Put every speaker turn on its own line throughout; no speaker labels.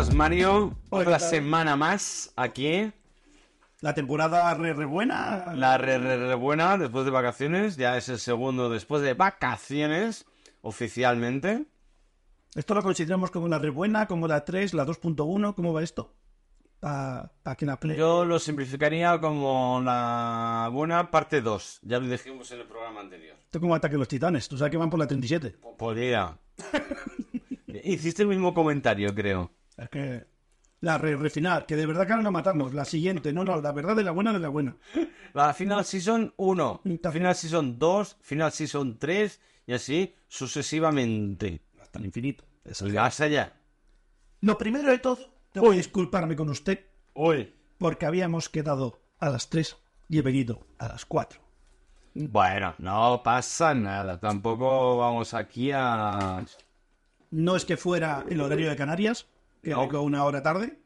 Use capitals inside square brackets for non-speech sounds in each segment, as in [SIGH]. Bienvenido
Hola,
otra
¿qué tal?
semana más aquí.
La temporada re, re buena.
La re, re, re buena después de vacaciones. Ya es el segundo después de vacaciones oficialmente.
Esto lo consideramos como la re buena, como la 3, la 2.1. ¿Cómo va esto? Para quien la play.
Yo lo simplificaría como la buena parte 2. Ya lo dijimos en el programa anterior.
Esto como ataque a los titanes. Tú sabes que van por la 37. [LAUGHS]
Podría. Hiciste el mismo comentario, creo.
Es que. La re, refinar, que de verdad que ahora no matamos. La siguiente, no, no, la verdad de la buena de la buena.
La Final Season 1,
Está-
Final Season 2, Final Season 3 y así sucesivamente.
Hasta el infinito.
Eso ya hasta allá.
Lo primero de todo, tengo que disculparme con usted
Uy.
porque habíamos quedado a las 3 y he venido a las 4.
Bueno, no pasa nada. Tampoco vamos aquí a.
no es que fuera el horario de Canarias, que
No.
llegó una hora tarde,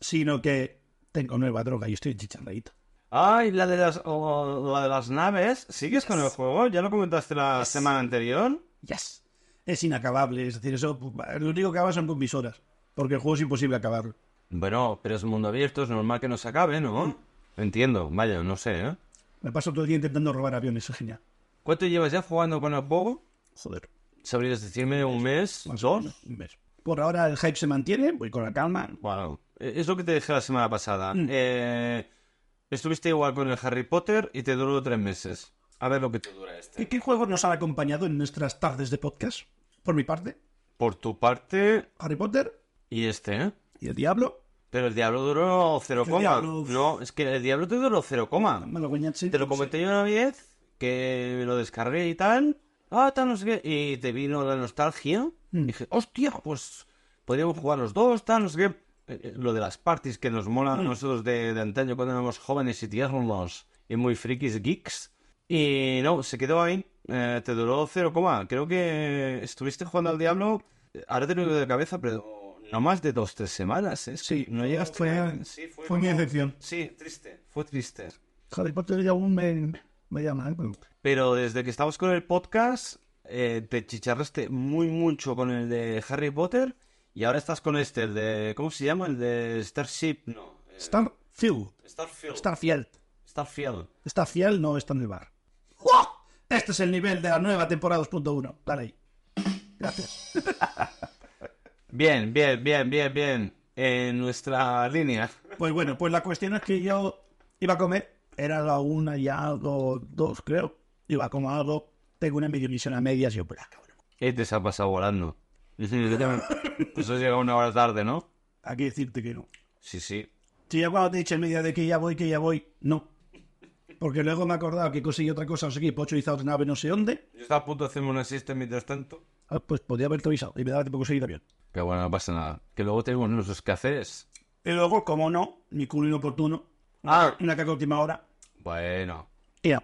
sino que tengo nueva droga y estoy chicharradito.
Ay, la de las, o- la de las naves. ¿Sigues con el juego? ¿Ya lo comentaste la semana anterior?
Yes. Es inacabable, es decir, eso pues, lo único que acaba son con mis horas, porque el juego es imposible acabarlo.
Bueno, pero es mundo abierto, es normal que no se acabe, ¿no? Entiendo, vaya, no sé, ¿eh?
Me paso todo el día intentando robar aviones, es genial.
¿Cuánto llevas ya jugando con el juego?
Joder.
¿Sabrías decirme un mes?
más o
¿Dos?
menos un mes. Por ahora el hype se mantiene, voy con la calma.
Bueno, eh, es lo que te dije la semana pasada. Eh, estuviste igual con el Harry Potter y te duró tres meses. A ver lo que te dura este.
¿Qué, qué juegos nos han acompañado en nuestras tardes de podcast? Por mi parte,
Por tu parte
Harry Potter
y este, ¿eh?
y el Diablo.
Pero el Diablo duró cero
El
coma.
Diablo-
No, es que el Diablo te duró cero coma.
Me lo guiñaste.
Te lo comenté yo una vez, que lo descargué y tal. Ah, tal, no sé qué. Y te vino la nostalgia. Y
Mm.
dije, hostia, pues podríamos jugar los dos, tal, no sé qué. Eh, eh, Lo de las parties que nos
Mm.
mola a nosotros de, de antaño cuando éramos jóvenes y tiernos y muy frikis geeks. Y no, se quedó ahí. Eh, te duró cero coma. Creo que estuviste jugando al Diablo. eh, Ahora te lo digo de cabeza, pero no más de dos, tres semanas, ¿eh?
Sí,
no llegaste.
fue-
sí, fue,
Fue mi excepción.
sí, triste. Fue triste.
Harry Potter y aún me, me llama. ¿eh? Pero-
Pero desde que estamos con el podcast, eh, te chicharraste muy mucho con el de Harry Potter y ahora estás con este, el de... ¿Cómo se llama? El de Starship. No. eh,
Starfield.
Starfield.
Starfield.
Starfield.
Starfield no está en el bar. Este es el nivel de la nueva temporada 2.1. Dale ahí. Gracias.
Bien, bien, bien, bien, bien. En nuestra línea.
Pues bueno, pues la cuestión es que yo iba a comer. Era la una y algo, dos creo. Iba a comer algo. Tengo una mediomisión a medias y yo, pues, ah, cabrón.
Este se ha pasado [LAUGHS] volando. Eso llega Pues una hora tarde, ¿no?
Aquí decirte que no.
Sí, sí.
Si yo cuando te he dicho en media de que ya voy, que ya voy, no. Porque luego me he acordado que conseguí otra cosa, no sé qué, pocho hizo otra nave no sé dónde.
Yo estaba a punto de hacerme una siesta mientras tanto.
Ah, Pues podía haberte avisado y me daba tiempo a conseguir avión.
Pero bueno, no pasa nada. Que luego tenemos nuestros quehaceres.
Y luego, como no, mi culo inoportuno,
Ah,
una caca a última hora,
bueno.
y ya.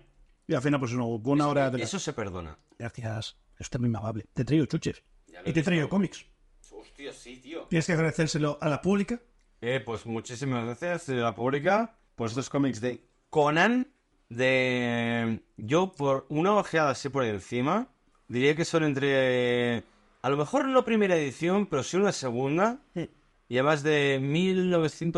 Y al final, pues no, con una hora de la-
Eso se perdona.
Gracias, usted es muy amable. Te traigo chuches
Ya lo
y te
he
traigo cómics.
Hostia, sí, tío.
Tienes que agradecérselo a la pública.
Eh, pues muchísimas gracias eh, a la pública por estos cómics de Conan. De yo por una ojeada así por encima diría que son entre a lo mejor no primera edición, pero sí una segunda. Y además de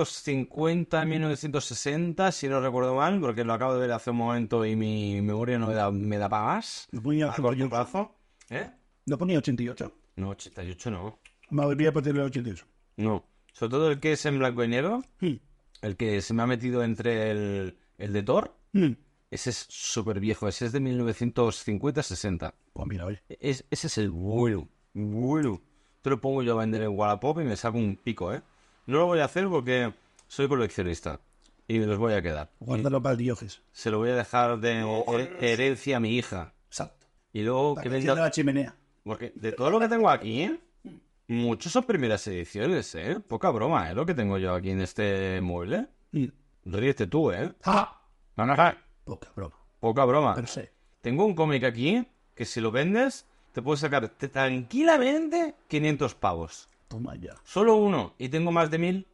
1950, 1960, si no recuerdo mal, porque lo acabo de ver hace un momento y mi memoria no me da, me da para más.
Lo ponía,
A corto plazo. ¿Eh?
lo ponía 88.
No, 88 no.
Me volví a partir del 88.
No. Sobre todo el que es en blanco y negro.
Hmm.
El que se me ha metido entre el, el de Thor,
Hmm.
ese es súper viejo, ese es de 1950-60.
Pues mira, oye.
E-, Es- ese es el bueno, bueno. Te lo pongo yo a vender en Wallapop y me saco un pico, ¿eh? No lo voy a hacer porque soy coleccionista y me los voy a quedar.
Guárdalo para el Dioges.
Se lo voy a dejar de her- herencia a mi hija.
Exacto.
Y luego
Para
que
que encienda
venga...
la chimenea.
Porque de todo lo que tengo aquí, ¿eh? Muchos son primeras ediciones, ¿eh? Poca broma, ¿eh? Lo que tengo yo aquí en este mueble.
Hmm.
Ríete tú, ¿eh?
¡Ja!
No, no, no.
Poca broma.
Poca broma.
Per se.
Tengo un cómic aquí que si lo vendes te puedo sacar te- tranquilamente 500 pavos.
Toma ya.
Solo uno y tengo más de 1000.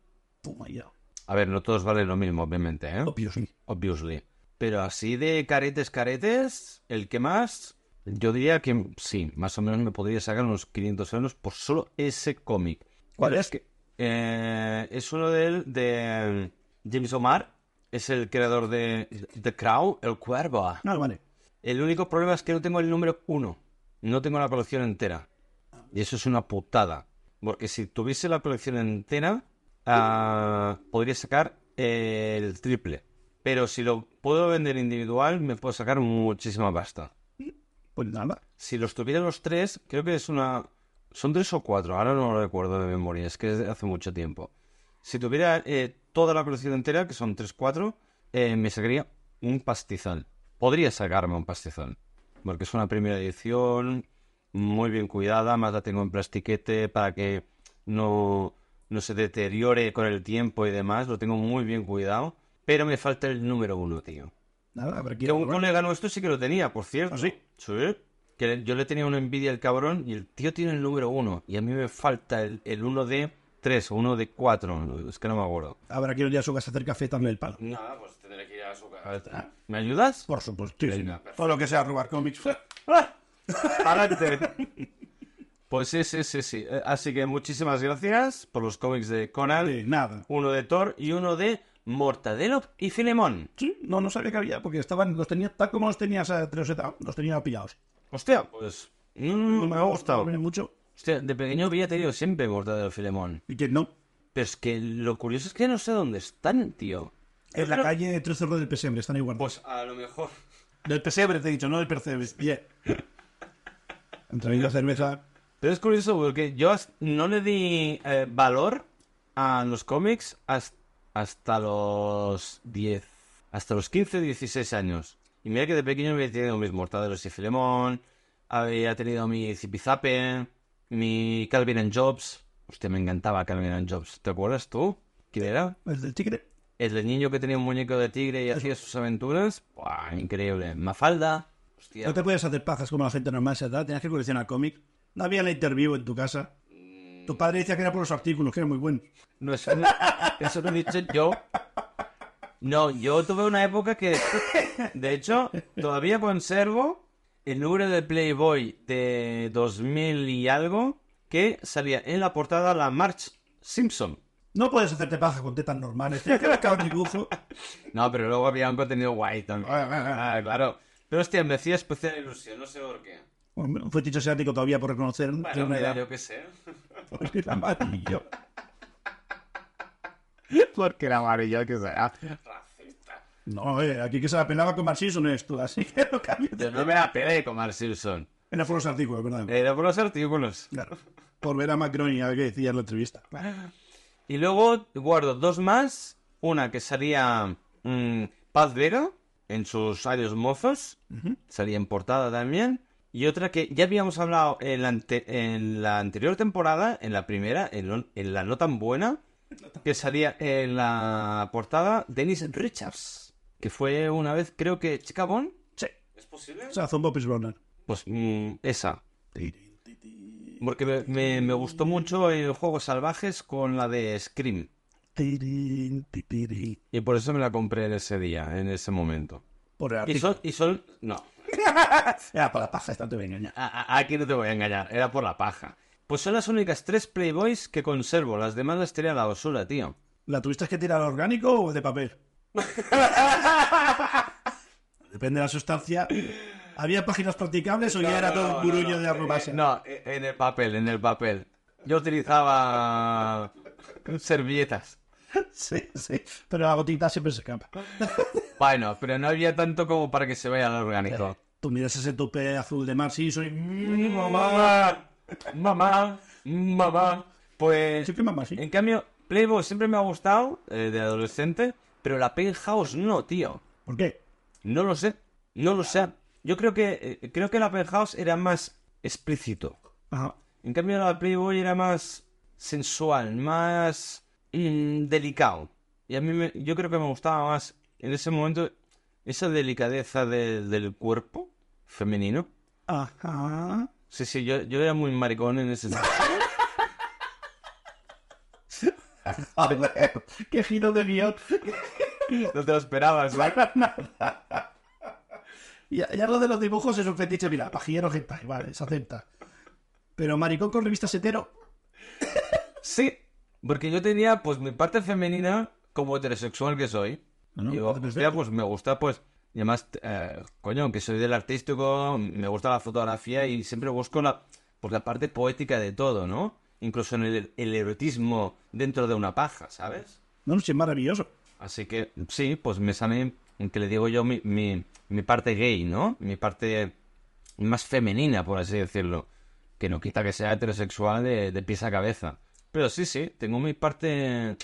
Toma ya.
A ver, no todos valen lo mismo, obviamente, ¿eh?
Obviously.
Obviously. Pero así de caretes, caretes, el que más... Yo diría que sí, más o menos me podría sacar unos 500 euros por solo ese cómic.
¿Cuál
Pero
es?
que Eh, es uno de, él, de James Omar, es el creador de The Crow, El Cuervo.
No, vale.
El único problema es que no tengo el número uno. No tengo la colección entera. Y eso es una putada. Porque si tuviese la colección entera, ah, podría sacar eh, el triple. Pero si lo puedo vender individual, me puedo sacar muchísima pasta.
Pues nada.
Si los tuviera los tres, creo que es una. Son tres o cuatro, ahora no lo recuerdo de memoria, es que es de hace mucho tiempo. Si tuviera eh, toda la colección entera, que son tres, cuatro, eh, me sacaría un pastizal. Podría sacarme un pastizal, porque es una primera edición, muy bien cuidada, más la tengo en plastiquete para que no, no se deteriore con el tiempo y demás, lo tengo muy bien cuidado, pero me falta el número uno, tío.
Nada, a ver,
Que un colega nuestro sí que lo tenía, por cierto.
¿Ah, sí?
Sí. Que le- yo le tenía una envidia al cabrón y el tío tiene el número uno. Y a mí me falta el, el uno de tres o uno de cuatro. Es que no me acuerdo.
Habrá que ir ya a su casa a hacer café y darle el palo.
Nada, pues tendré que ir a su Ah, ¿Me ayudas?
Por supuesto. sí, sí.
Venga,
Todo lo que sea robar cómics.
¡Ah! Pues sí, sí, sí, sí. Eh, Así que muchísimas gracias por los cómics de Conan.
Sí, nada.
Uno de Thor y uno de Mortadelo y Filemón.
Sí, no, no sabía que había, porque estaban, los tenía, tal como los tenías a tres los tenía pillados.
Hostia, pues... mm, me ha gustado.
Me mucho.
Hostia, de pequeño había tenido siempre Mortadelo y Filemón.
Y que no.
Pero es que lo curioso es que no sé dónde están, tío.
En la calle de Tres Cerros del Pesebre, están igual.
Pues a lo mejor.
Del Pesebre te he dicho, no del Percebre. Bien. Entre la cerveza.
Pero es curioso porque yo as- no le di eh, valor a los cómics has- hasta los 10, hasta los 15, 16 años. Y mira que de pequeño había tenido mis Mortadelos y Filemón, había tenido mi Zipizape, mi Calvin and Jobs. Hostia, me encantaba Calvin and Jobs. ¿Te acuerdas tú? ¿Quién era?
El del tigre.
El del niño que tenía un muñeco de tigre y hacía sus aventuras. Buah, increíble. Mafalda. Hostia.
No te puedes hacer pajas como la gente normal, se da. Tenías que coleccionar cómics. No había letter vivo en tu casa. Tu padre decía que era por los artículos, que era muy bueno.
No, eso, no- eso lo he dicho yo. No, yo tuve una época que, de hecho, todavía conservo el número de Playboy de 2000 y algo que salía en la portada la March Simpson.
No puedes hacerte pajas con tetas normales. Tienes que buscar
[LAUGHS]
un dibujo.
No, pero luego había un contenido guay también.
Ah,
Ah, claro. Pero hostia, me hacía especial ilusión, no sé por qué.
Hombre, Un fetiche asiático todavía por reconocer. de
Bueno,
una
mira,
edad.
yo qué sé.
Porque la madre y yo.
[LAUGHS] Porque la amarilla que sea. Racista.
No, eh, aquí que se la pelaba con marxismo no es tú, así que no cambies.
Yo no me la peleé con March Simpson.
Era por los artículos, ¿verdad?
Era por los artículos.
Claro. Por ver a Macron y a ver qué decía en la entrevista.
Y luego guardo dos más. Una que salía mm, Paz Vega en sus años mozos. Salía en portada también. Y otra que ya habíamos hablado en la, ante- en la anterior temporada, en la primera, en, lo- en la no tan buena, que salía en la portada Dennis Richards, que fue una vez, creo que Chica Bon.
Sí.
¿Es posible?
O sea, Zombo Pierce Brosnan.
Pues mm, esa. Porque me, me- me gustó mucho el Juegos Salvajes con la de Scream. Y por eso me la compré en ese día, en ese momento.
Por el
Y
artículo.
son, y son... No,
Era para la paja, esta te voy a engañar.
a- a- aquí no te voy a engañar, era por la paja. Pues son las únicas tres Playboys que conservo, las demás las tiré a la basura, tío.
¿La tuviste que tirar orgánico o
[LAUGHS]
de papel? Depende de la sustancia. ¿Había páginas practicables o ya era todo un burullo de arrobarse?
No, e- en el papel, en el papel. Yo utilizaba [LAUGHS] servilletas.
Sí, sí. Pero la gotita siempre se escapa.
Bueno, pero no había tanto como para que se vea al orgánico.
Tú miras ese tope azul de mar, sí, soy...
Mm, Mamá, mamá, mamá. Pues
Siempre mamá, sí.
En cambio, Playboy siempre me ha gustado eh, de adolescente, pero la Penthouse no, tío.
¿Por qué?
No lo sé, no lo sé. Yo creo que eh, creo que la Penthouse era más explícito.
Ajá.
En cambio, la Playboy era más sensual, más mm, delicado. Y a mí me- yo creo que me gustaba más en ese momento esa delicadeza de- del cuerpo femenino.
Ajá.
Sí, sí, yo, yo era muy maricón en ese sentido.
A ver, qué giro de guión.
No te lo esperabas, ¿verdad?
Ya, ya lo de los dibujos es un fetiche, mira, pajillero hentai, vale, se acepta. Pero maricón con revista setero,
Sí, Porque yo tenía, pues, mi parte femenina como heterosexual que soy.
No, no,
Digo,
parece
hostia,
perfecto.
pues me gusta, pues. Y además, eh, coño, aunque soy del artístico, me gusta la fotografía y siempre busco la, pues, la parte poética de todo, ¿no? Incluso en el, el erotismo dentro de una paja, ¿sabes?
No, no, sí, es maravilloso.
Así que sí, pues me sale, que le digo yo, mi, mi, mi parte gay, ¿no? Mi parte más femenina, por así decirlo. Que no quita que sea heterosexual de, de pies a cabeza. Pero sí, sí, tengo mi parte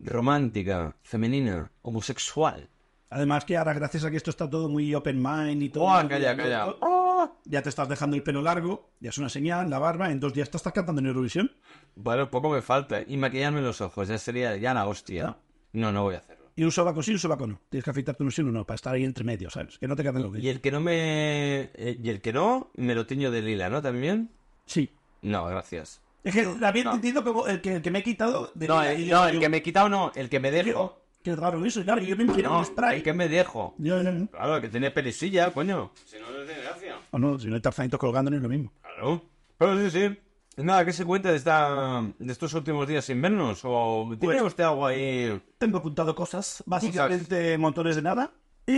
romántica, femenina, homosexual.
Además que ahora, gracias a que esto está todo muy open mind y todo...
¡Oh, calla, calla! ¡Oh!
Ya te estás dejando el pelo largo, ya es una señal, la barba, en dos días te estás cantando en Eurovisión.
Bueno, poco me falta. ¿eh? Y maquillarme los ojos, ya sería ya la hostia. No, no voy a hacerlo.
Y un sobaco sí, un sobaco no. Tienes que afeitarte uno sí, uno no, para estar ahí entre medio, ¿sabes? Que no te queden los
Y el que no me... eh, Y el que no, me lo tiño de lila, ¿no? También.
Sí.
No, gracias.
Es que la había entendido como el que, el que me he quitado... de-
No,
y-
el,
y-
no, el
yo-
que me he quitado no, el que me dejo.
Digo, Qué raro eso, claro, yo me imagino
No,
un spray.
el que me dejo.
Yo- yo-
Claro, el que tiene pelisilla, coño. Si no, no tiene gracia.
O Oh, no, si no hay tarzanitos colgando no es lo mismo.
Claro. Pero sí, sí. Nada, ¿qué se cuenta de, esta, de estos últimos días sin vernos? ¿O tiene
Pues-
usted algo ahí?
Tengo apuntado cosas, básicamente montones de nada.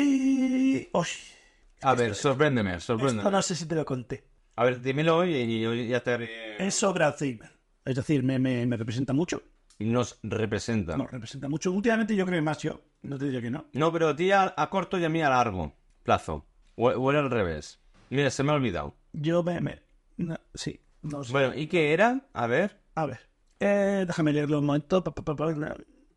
Y... Uy,
A ver, sorpréndeme,
esto
sorpréndeme.
no sé si te lo conté.
A ver, dímelo y, y yo ya te... haré-
Es sobre Alzheimer. Es decir, me, me- me representa mucho.
Y nos representa.
No, representa mucho. Últimamente yo creo que más yo. No te digo que no.
No, pero a ti a, a corto y a mí a largo plazo. O, o era al revés. Mira, se me ha olvidado.
Yo me... me- no, sí, no sé.
Bueno, ¿y qué era? A ver,
A ver. Eh, déjame leerlo un momento. Pa, pa, pa, pa.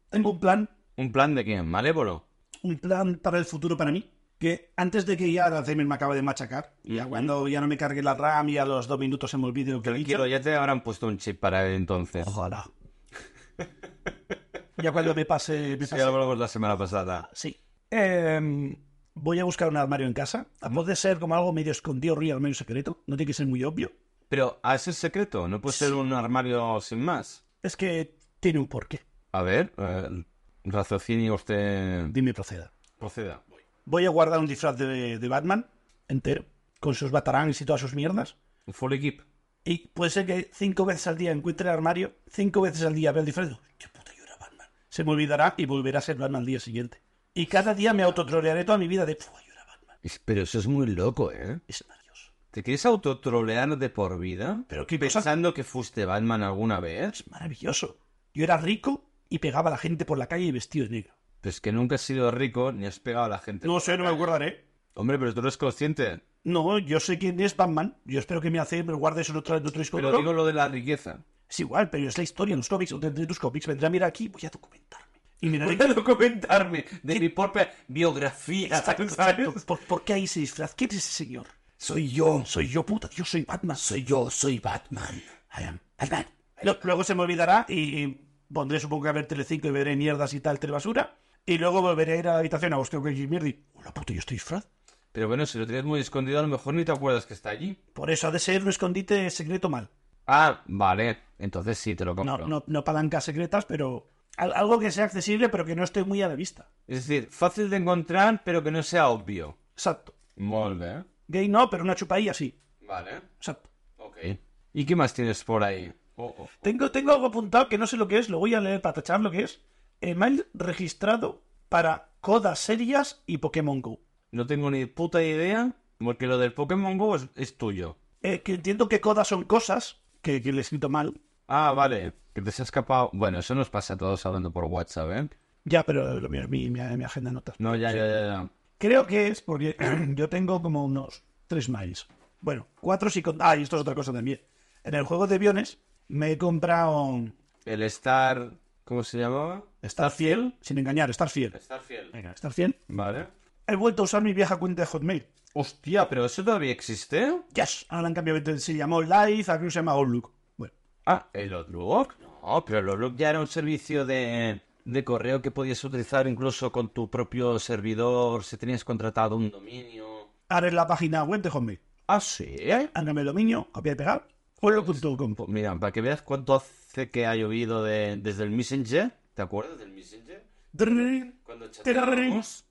Tengo un plan.
¿un plan de quién? ¿Malévolo?
Un plan para el futuro para mí. Que antes de que ya el Alzheimer me acabe de machacar. Ya
Ujú.
cuando ya no me cargue la RAM y a los dos minutos se me olvide lo que he dicho.
Tranquilo, ya te habrán puesto un chip para entonces.
Ojalá. [LAUGHS] ya cuando me pase... Me
Sí,
pase
ya lo hablamos la semana pasada.
Sí. Em, voy a buscar un armario en casa. Puede ser como algo medio escondido, real, medio secreto. No tiene que ser muy obvio.
Pero, ¿a ese es secreto? ¿No puede ser un armario sin más?
Es que tiene un porqué.
A ver, eh, raciocinio usted...
Dime, proceda.
Proceda.
Voy a guardar un disfraz de, de Batman entero, con sus batarangs y todas sus mierdas.
Full equip.
Y puede ser que cinco veces al día encuentre el armario, cinco veces al día vea el disfraz. y digo, ¡Qué puta yo era Batman! Se me olvidará y volverá a ser Batman al día siguiente. Y cada día me autotrolearé toda mi vida de "Fua, yo era Batman!
Pero eso es muy loco, ¿eh?
Es maravilloso.
¿Te quieres autotrolear de por vida?
Pero qué cosa
Pensando que fuiste Batman alguna vez.
maravilloso. Yo era rico y pegaba a la gente por la calle vestido de negro.
Pues que nunca has sido rico ni has pegado a la gente.
No sé, no me acordaré.
Hombre, pero tú eres consciente.
No, yo sé quién es Batman. Yo espero que me hace, me lo guardes en otro, en otro disco
Pero
duro.
digo lo de la riqueza.
Es igual, pero es la historia, los cómics, o tendré tus cómics. Vendré a mirar aquí y voy a documentarme. Y [LAUGHS] miraré
Puedo comentarme de mi propia biografía.
Exacto,
¿sabes?
exacto. ¿Por, por qué ahí se disfraz? ¿Quién es ese señor? Soy yo. Soy yo, puta. Yo soy Batman. Soy yo, soy Batman. I am Batman. Lo- luego se me olvidará y, y pondré, supongo que a ver Telecinco y veré mierdas y tal, telebasura. Y luego volveré a ir a la habitación a buscar que mierdi. Hola, puta, yo estoy disfraz.
Pero bueno, si lo tienes muy escondido, a lo mejor ni te acuerdas que está allí.
Por eso ha de ser un escondite secreto mal.
Ah, vale. Entonces sí, te lo
No,
compro.
no, no palancas secretas, pero al- algo que sea accesible, pero que no esté muy a la vista.
Es decir, fácil de encontrar, pero que no sea obvio.
Exacto.
Molde.
Gay no, pero una chupadilla sí.
Vale.
Exacto.
Ok. ¿Y qué más tienes por ahí? Oh,
Tengo, tengo algo apuntado que no sé lo que es, lo voy a leer para tachar lo que es. Email registrado para codas serias y Pokémon Go.
No tengo ni puta idea, porque lo del Pokémon Go es, es tuyo.
Eh, que entiendo que codas son cosas, que, que le he escrito mal.
Ah, vale. Que te se ha escapado. Bueno, eso nos pasa a todos hablando por WhatsApp, ¿eh?
Ya, pero lo mío es mi, mi, mi agenda de notas.
No, ya, ya, ya. ya.
Creo que es porque [CLEARS THROAT] yo tengo como unos 3 miles. Bueno, 4 si con... Ah, y esto es otra cosa también. En el juego de aviones me he comprado
El Star. ¿Cómo se llamaba?
Estar fiel, sin engañar, estar fiel.
Starfield.
Venga, estar fiel.
Vale.
He vuelto a usar mi vieja cuenta de Hotmail.
Hostia, pero eso todavía existe.
Yes. Ahora han cambiado, entonces se llamó Live, aquí se llama Outlook. Bueno,
Ah, el Outlook. No, pero el Outlook ya era un servicio de, de correo que podías utilizar incluso con tu propio servidor si tenías contratado un dominio.
ahora es la página web de Hotmail.
Ah, sí.
Han cambiado el dominio, copiar y pegar. Outlook.com.
Pues mira, para que veas cuánto hace que ha llovido de- desde el Messenger. ¿Te acuerdas del Messenger?
Drrrrin.
Cuando
chateábamos.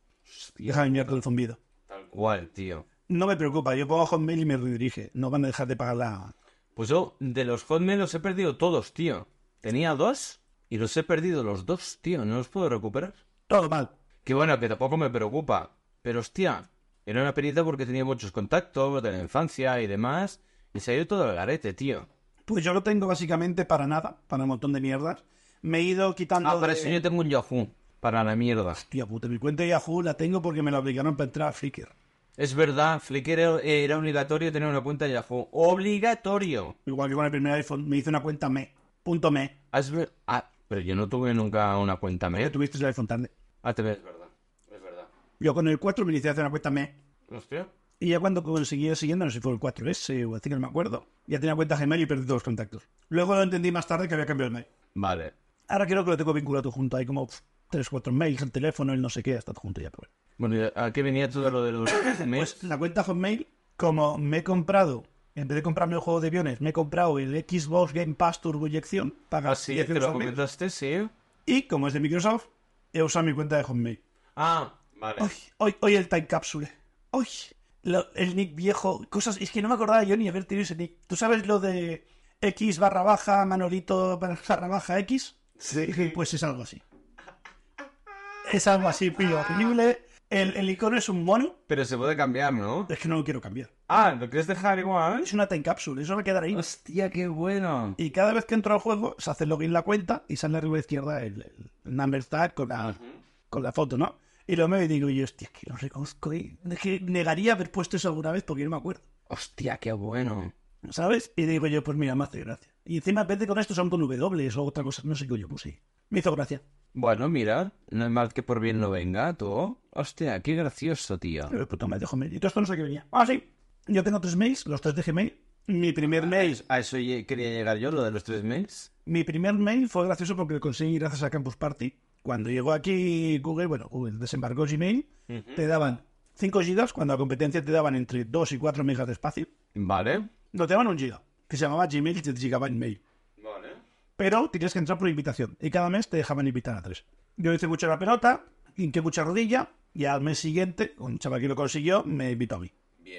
Deja de mirar el zumbido.
Tal cual, tío.
No me preocupa, yo pongo Hotmail y me redirige. No van a dejar de pagar la...
Pues yo, de los Hotmail los he perdido todos, tío. Tenía dos y los he perdido los dos, tío. No los puedo recuperar.
Todo mal.
Que bueno, que tampoco me preocupa. Pero hostia, era una perita porque tenía muchos contactos de la infancia y demás. Y se ha ido todo el garete, tío.
Pues yo lo tengo básicamente para nada, para un montón de mierdas. Me he ido quitando.
Ah, pero
de-
si yo tengo un Yahoo para la mierda.
Tía puta, mi cuenta de Yahoo la tengo porque me la obligaron para entrar a Flickr.
Es verdad, Flickr era, era obligatorio tener una cuenta de Yahoo. ¡Obligatorio!
Igual que con el primer iPhone, me hice una cuenta me. Punto me.
Ah, es ver- ah, pero yo no tuve nunca una cuenta
Ya
mail.
tuviste el iPhone tarde.
Ah, te ves, es verdad. Es verdad.
Yo con el 4 me inicié a hacer una cuenta me.
Hostia.
Y ya cuando conseguí el siguiente, no sé si fue el 4S o así que no me acuerdo. Ya tenía cuenta Gmail y perdí todos los contactos. Luego lo entendí más tarde que había cambiado el mail.
Vale.
Ahora creo que lo tengo vinculado junto. Hay como 3, 4 mails, el teléfono, el no sé qué, está junto ya. Pero...
Bueno, ¿y ¿a qué venía todo lo de
[COUGHS]
los mails?
Pues la cuenta Hotmail, como me he comprado, en vez de comprarme el juego de aviones, me he comprado el Xbox Game Pass Turbo Inyección. Paga
Ah, sí, te
10
lo
euros al mes.
comentaste, sí.
Y como es de Microsoft, he usado mi cuenta de Hotmail.
Ah, vale.
[LAUGHS] Hoy, hoy, hoy el Time Capsule. Hoy lo- el nick viejo. Cosas. Es que no me acordaba yo ni haber tenido ese nick. ¿Tú sabes lo de X barra baja, Manolito barra baja X?
Sí.
Pues es algo así. Es algo así, pillo. Horrible. El, el icono es un mono.
Pero se puede cambiar, ¿no?
Es que no lo quiero cambiar.
Ah, ¿lo quieres dejar igual?
Es una Time Capsule. Eso va a quedar ahí.
Hostia, qué bueno.
Y cada vez que entro al juego, se hace login la cuenta y sale arriba a la izquierda el, el number tag con la, con la foto, ¿no? Y lo veo y digo, yo, hostia, que lo reconozco. eh. Es que negaría haber puesto eso alguna vez porque no me acuerdo,
Hostia, qué bueno.
¿sabes? Y digo yo, pues mira, me hace gracia. Y encima, en vez de con esto, son con W o otra cosa, no sé qué yo puse. Me hizo gracia.
Bueno, mirad, no es mal que por bien no venga, tú. Hostia, qué gracioso, tío.
Pero puta madre, Gmail. Y todo esto no sé qué venía. Ah, sí. Yo tengo tres mails, los tres de Gmail. Mi primer mail,
A eso ye- quería llegar yo, lo de los tres mails.
mi primer mail fue gracioso porque lo conseguí gracias a Campus Party. Cuando llegó aquí Google, bueno, Google desembarcó Gmail, te daban 5 gigas, cuando la competencia te daban entre 2 y 4 megas de espacio.
Vale.
No te daban un giga, que se llamaba Gmail y te llegaba en mail.
Vale.
Pero tenías que entrar por invitación y cada mes te dejaban invitar a tres. Yo hice mucho la pelota, hinqué mucha rodilla y al mes siguiente, un chaval que lo consiguió, me invitó a mí.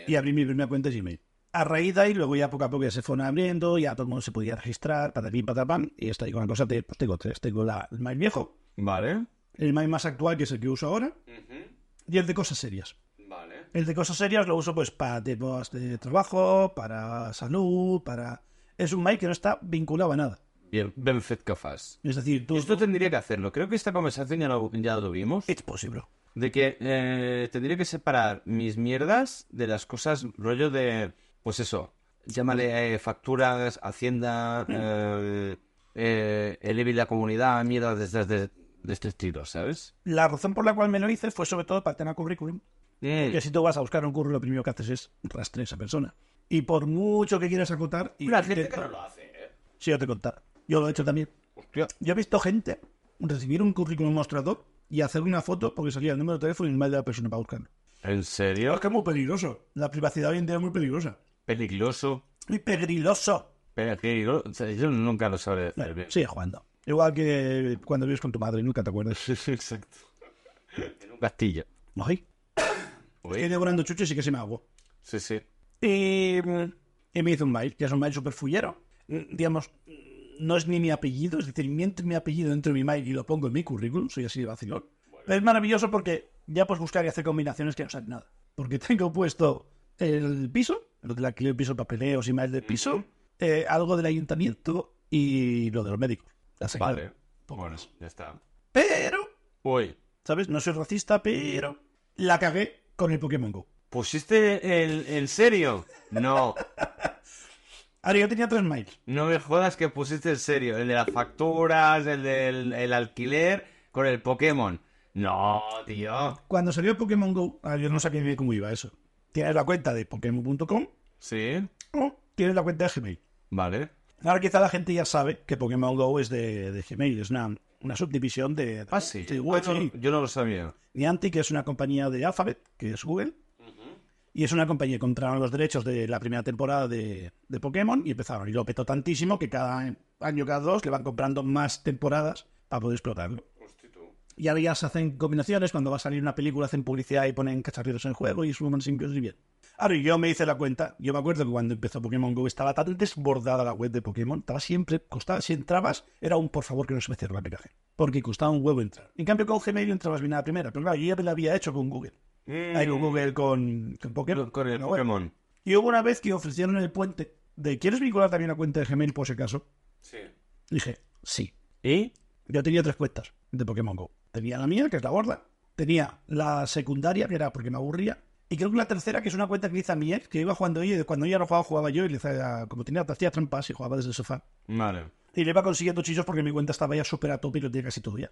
Y abrí mi primera cuenta de Gmail. A raíz de ahí, luego ya poco a poco ya se fueron abriendo, ya todo el mundo se podía registrar, patapim, patapam, y esta con la cosa, te- pues tengo tres, tengo la- el mail viejo,
Vale.
el mail más actual que es el que uso ahora, y el de cosas serias.
Vale.
El de cosas serias lo uso pues para temas de trabajo, para salud, para... Es un mail que no está vinculado a nada.
Bien, Benfet Cafas.
Es decir, tú...
Esto tendría que hacerlo. Creo que esta conversación ya, lo- ya la tuvimos.
Es posible.
De que eh, tendría que separar mis mierdas de las cosas rollo de, pues eso, llámale eh, facturas, hacienda, eh, eh, el EBI, la comunidad, mierdas de, estas- de, de este estilo, ¿sabes?
La razón por la cual me lo hice fue sobre todo para el tema currículum.
Eh,
Que si tú vas a buscar un currículum, lo primero que haces es rastrear a esa persona. Y por mucho que quieras acotar... y-
la gente
te-
que no lo hace, eh.
Si yo te contara. Yo lo he hecho también.
Hostia.
Yo he visto gente recibir un currículum mostrador y hacer una foto porque salía el número de teléfono y el mail de la persona para buscarlo.
¿En
Es
serio?
que es muy peligroso. La privacidad hoy en día es muy peligrosa.
Peligroso.
Muy peligroso.
Peligroso. O sea, yo nunca lo sabré decir bien.
Sigue jugando. Igual que cuando vives con tu madre y nunca te acuerdas.
Exacto. En un castillo.
Ay, estoy
Uy,
devorando chuches y que se me hago.
Sí, sí.
Y, y me hizo un mail, que es un mail súper fullero. Mm, Digamos, mm, no es ni mi apellido, es decir, mientras mi apellido dentro de mi mail y lo pongo en mi currículum, soy así de vacilón. Pero es maravilloso porque ya puedes buscar y hacer combinaciones que no salen nada. Porque tengo puesto el piso, lo del alquiler del piso, papeleos y mail del piso, eh, algo del ayuntamiento y lo de los médicos. Así que-
Vale. Bueno, ya está.
Pero,
Uy.
¿sabes? No soy racista, pero la cagué con el Pokémon Go.
¿Pusiste el, el serio? No.
Ahora yo tenía tres mails.
No me jodas que pusiste el serio. El de las facturas, el del el alquiler con el Pokémon. No, tío.
Cuando salió Pokémon Go, ah, yo no sabía bien cómo iba eso. Tienes la cuenta de Pokémon.com
Sí.
o tienes la cuenta de Gmail.
Vale.
Ahora quizá la gente ya sabe que Pokémon Go es de, de Gmail, es una, una subdivisión de...
Ah, sí.
de
Ah,
Google,
no,
sí.
yo no lo sabía.
Niantic que es una compañía de Alphabet, que es Google. Y es una compañía que compraron los derechos de la primera temporada de, de Pokémon y empezaron. Y lo petó tantísimo que cada año, cada dos, le van comprando más temporadas para poder explotarlo. Y ahora ya se hacen combinaciones. Cuando va a salir una película, hacen publicidad y ponen cacharritos en juego y suman simpios y bien. Ahora, yo me hice la cuenta. Yo me acuerdo que cuando empezó Pokémon Go estaba tan desbordada la web de Pokémon. Estaba siempre, costaba, si entrabas, era un por favor que no se me cierre la aplicación. Porque costaba un huevo entrar. En cambio, con Gmail entrabas bien a la primera. Pero claro, yo ya me la había hecho con Google. Ahí con Google, con, con Pokémon.
Mm, Con el
La web.
Pokémon.
Y hubo una vez que ofrecieron el puente de ¿quieres vincular también la cuenta de Gmail por si acaso? Dije, sí.
¿Y?
Yo tenía tres cuentas de Pokémon Go. Tenía la mía, que es la gorda. Tenía la secundaria, que era porque me aburría. Y creo que la tercera, que es una cuenta que hizo mi ex, que iba jugando ella, y cuando ella no jugaba, jugaba yo, y le hacía, como tenía, hacía trampas y jugaba desde el sofá.
Vale.
Y le iba consiguiendo chichos porque mi cuenta estaba ya súper a tope y lo tenía casi todo ya.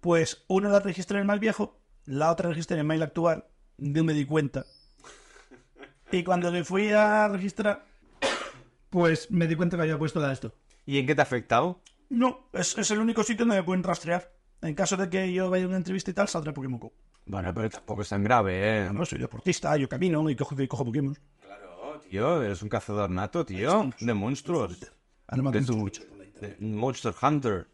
Pues una la registré en el mail viejo, la otra registré en el mail actual, no me di cuenta. Y cuando le fui a registrar, pues me di cuenta que había puesto la de esto.
¿Y en qué te ha afectado?
No, es, es el único sitio donde me pueden rastrear. En caso de que yo vaya a una entrevista y tal, saldrá Pokémon Go.
Bueno, pero tampoco es tan grave, ¿eh?
Además, soy deportista, yo camino y cojo, y cojo Pokémon.
Tío, eres un cazador nato, tío. De monstruos.
Ahora Ah, me
De
acuerdo.
tu... de Monster Hunter.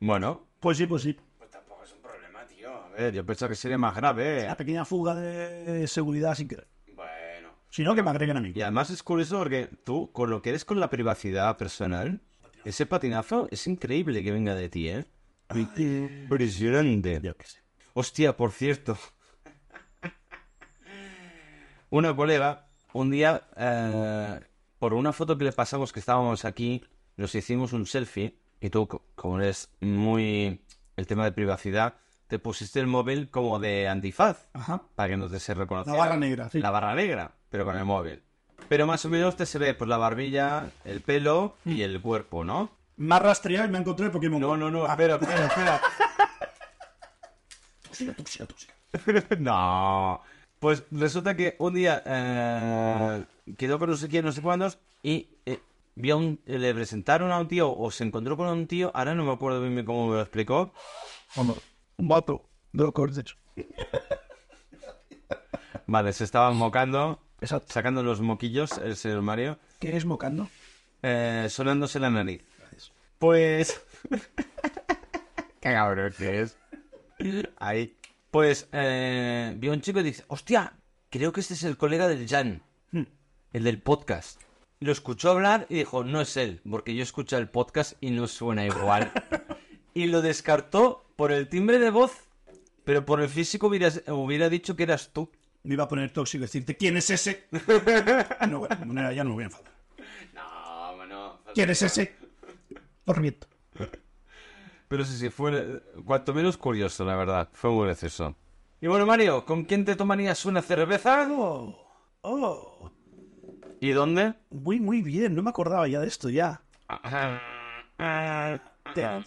Bueno.
Pues sí, pues sí.
Pues tampoco es un problema, tío. A ver, yo pensaba que sería más grave.
La
¿eh?
pequeña fuga de seguridad sin querer.
Bueno.
Si no, que me agreguen a mí.
Y además es curioso porque tú, con lo que eres con la privacidad personal, ese patinazo es increíble que venga de ti, ¿eh? Impresionante.
Yo qué sé.
Hostia, por cierto. Una colega, un día, eh, por una foto que le pasamos que estábamos aquí, nos hicimos un selfie y tú, co- como eres muy... el tema de privacidad, te pusiste el móvil como de antifaz
Ajá.
para que no te se reconociera.
La barra negra, sí.
La barra negra, pero con el móvil. Pero más o menos te se ve pues la barbilla, el pelo y el cuerpo, ¿no?
Me ha rastreado y me ha encontrado el Pokémon
No,
Go.
no, no, espera, espera, [LAUGHS] espera.
Tóxica, tóxica, tóxica.
no. Pues resulta que un día eh, quedó con no sé quién, no sé cuántos, y eh, vio a un- le presentaron a un tío o se encontró con un tío, ahora no me acuerdo bien cómo me lo explicó,
Un vato de los cortes.
Vale, se estaban mocando,
Exacto.
sacando los moquillos, el señor Mario,
¿Qué es mocando?
eh, sonándose la nariz. Pues. [LAUGHS] Qué cabrón que es. Ahí. Pues eh, vio un chico y dice: Hostia, creo que este es el colega del Jan, el del podcast. Lo escuchó hablar y dijo: No es él, porque yo escucho el podcast y no suena [LAUGHS] igual. y lo descartó por el timbre de voz, pero por el físico hubieras- hubiera dicho que eras tú.
Me iba a poner tóxico y decirte, ¿quién es [LAUGHS] ese? Ah, no, bueno, de manera, ya no me voy a enfadar.
No, bueno.
¿Quién es ese? Os reviento.
Pero sí, sí, fue eh, cuanto menos curioso, la verdad. Fue muy gracioso. Y bueno, Mario, ¿con quién te tomarías una cerveza?
Oh, oh.
¿Y dónde?
Muy, muy bien. No me acordaba ya de esto, ya.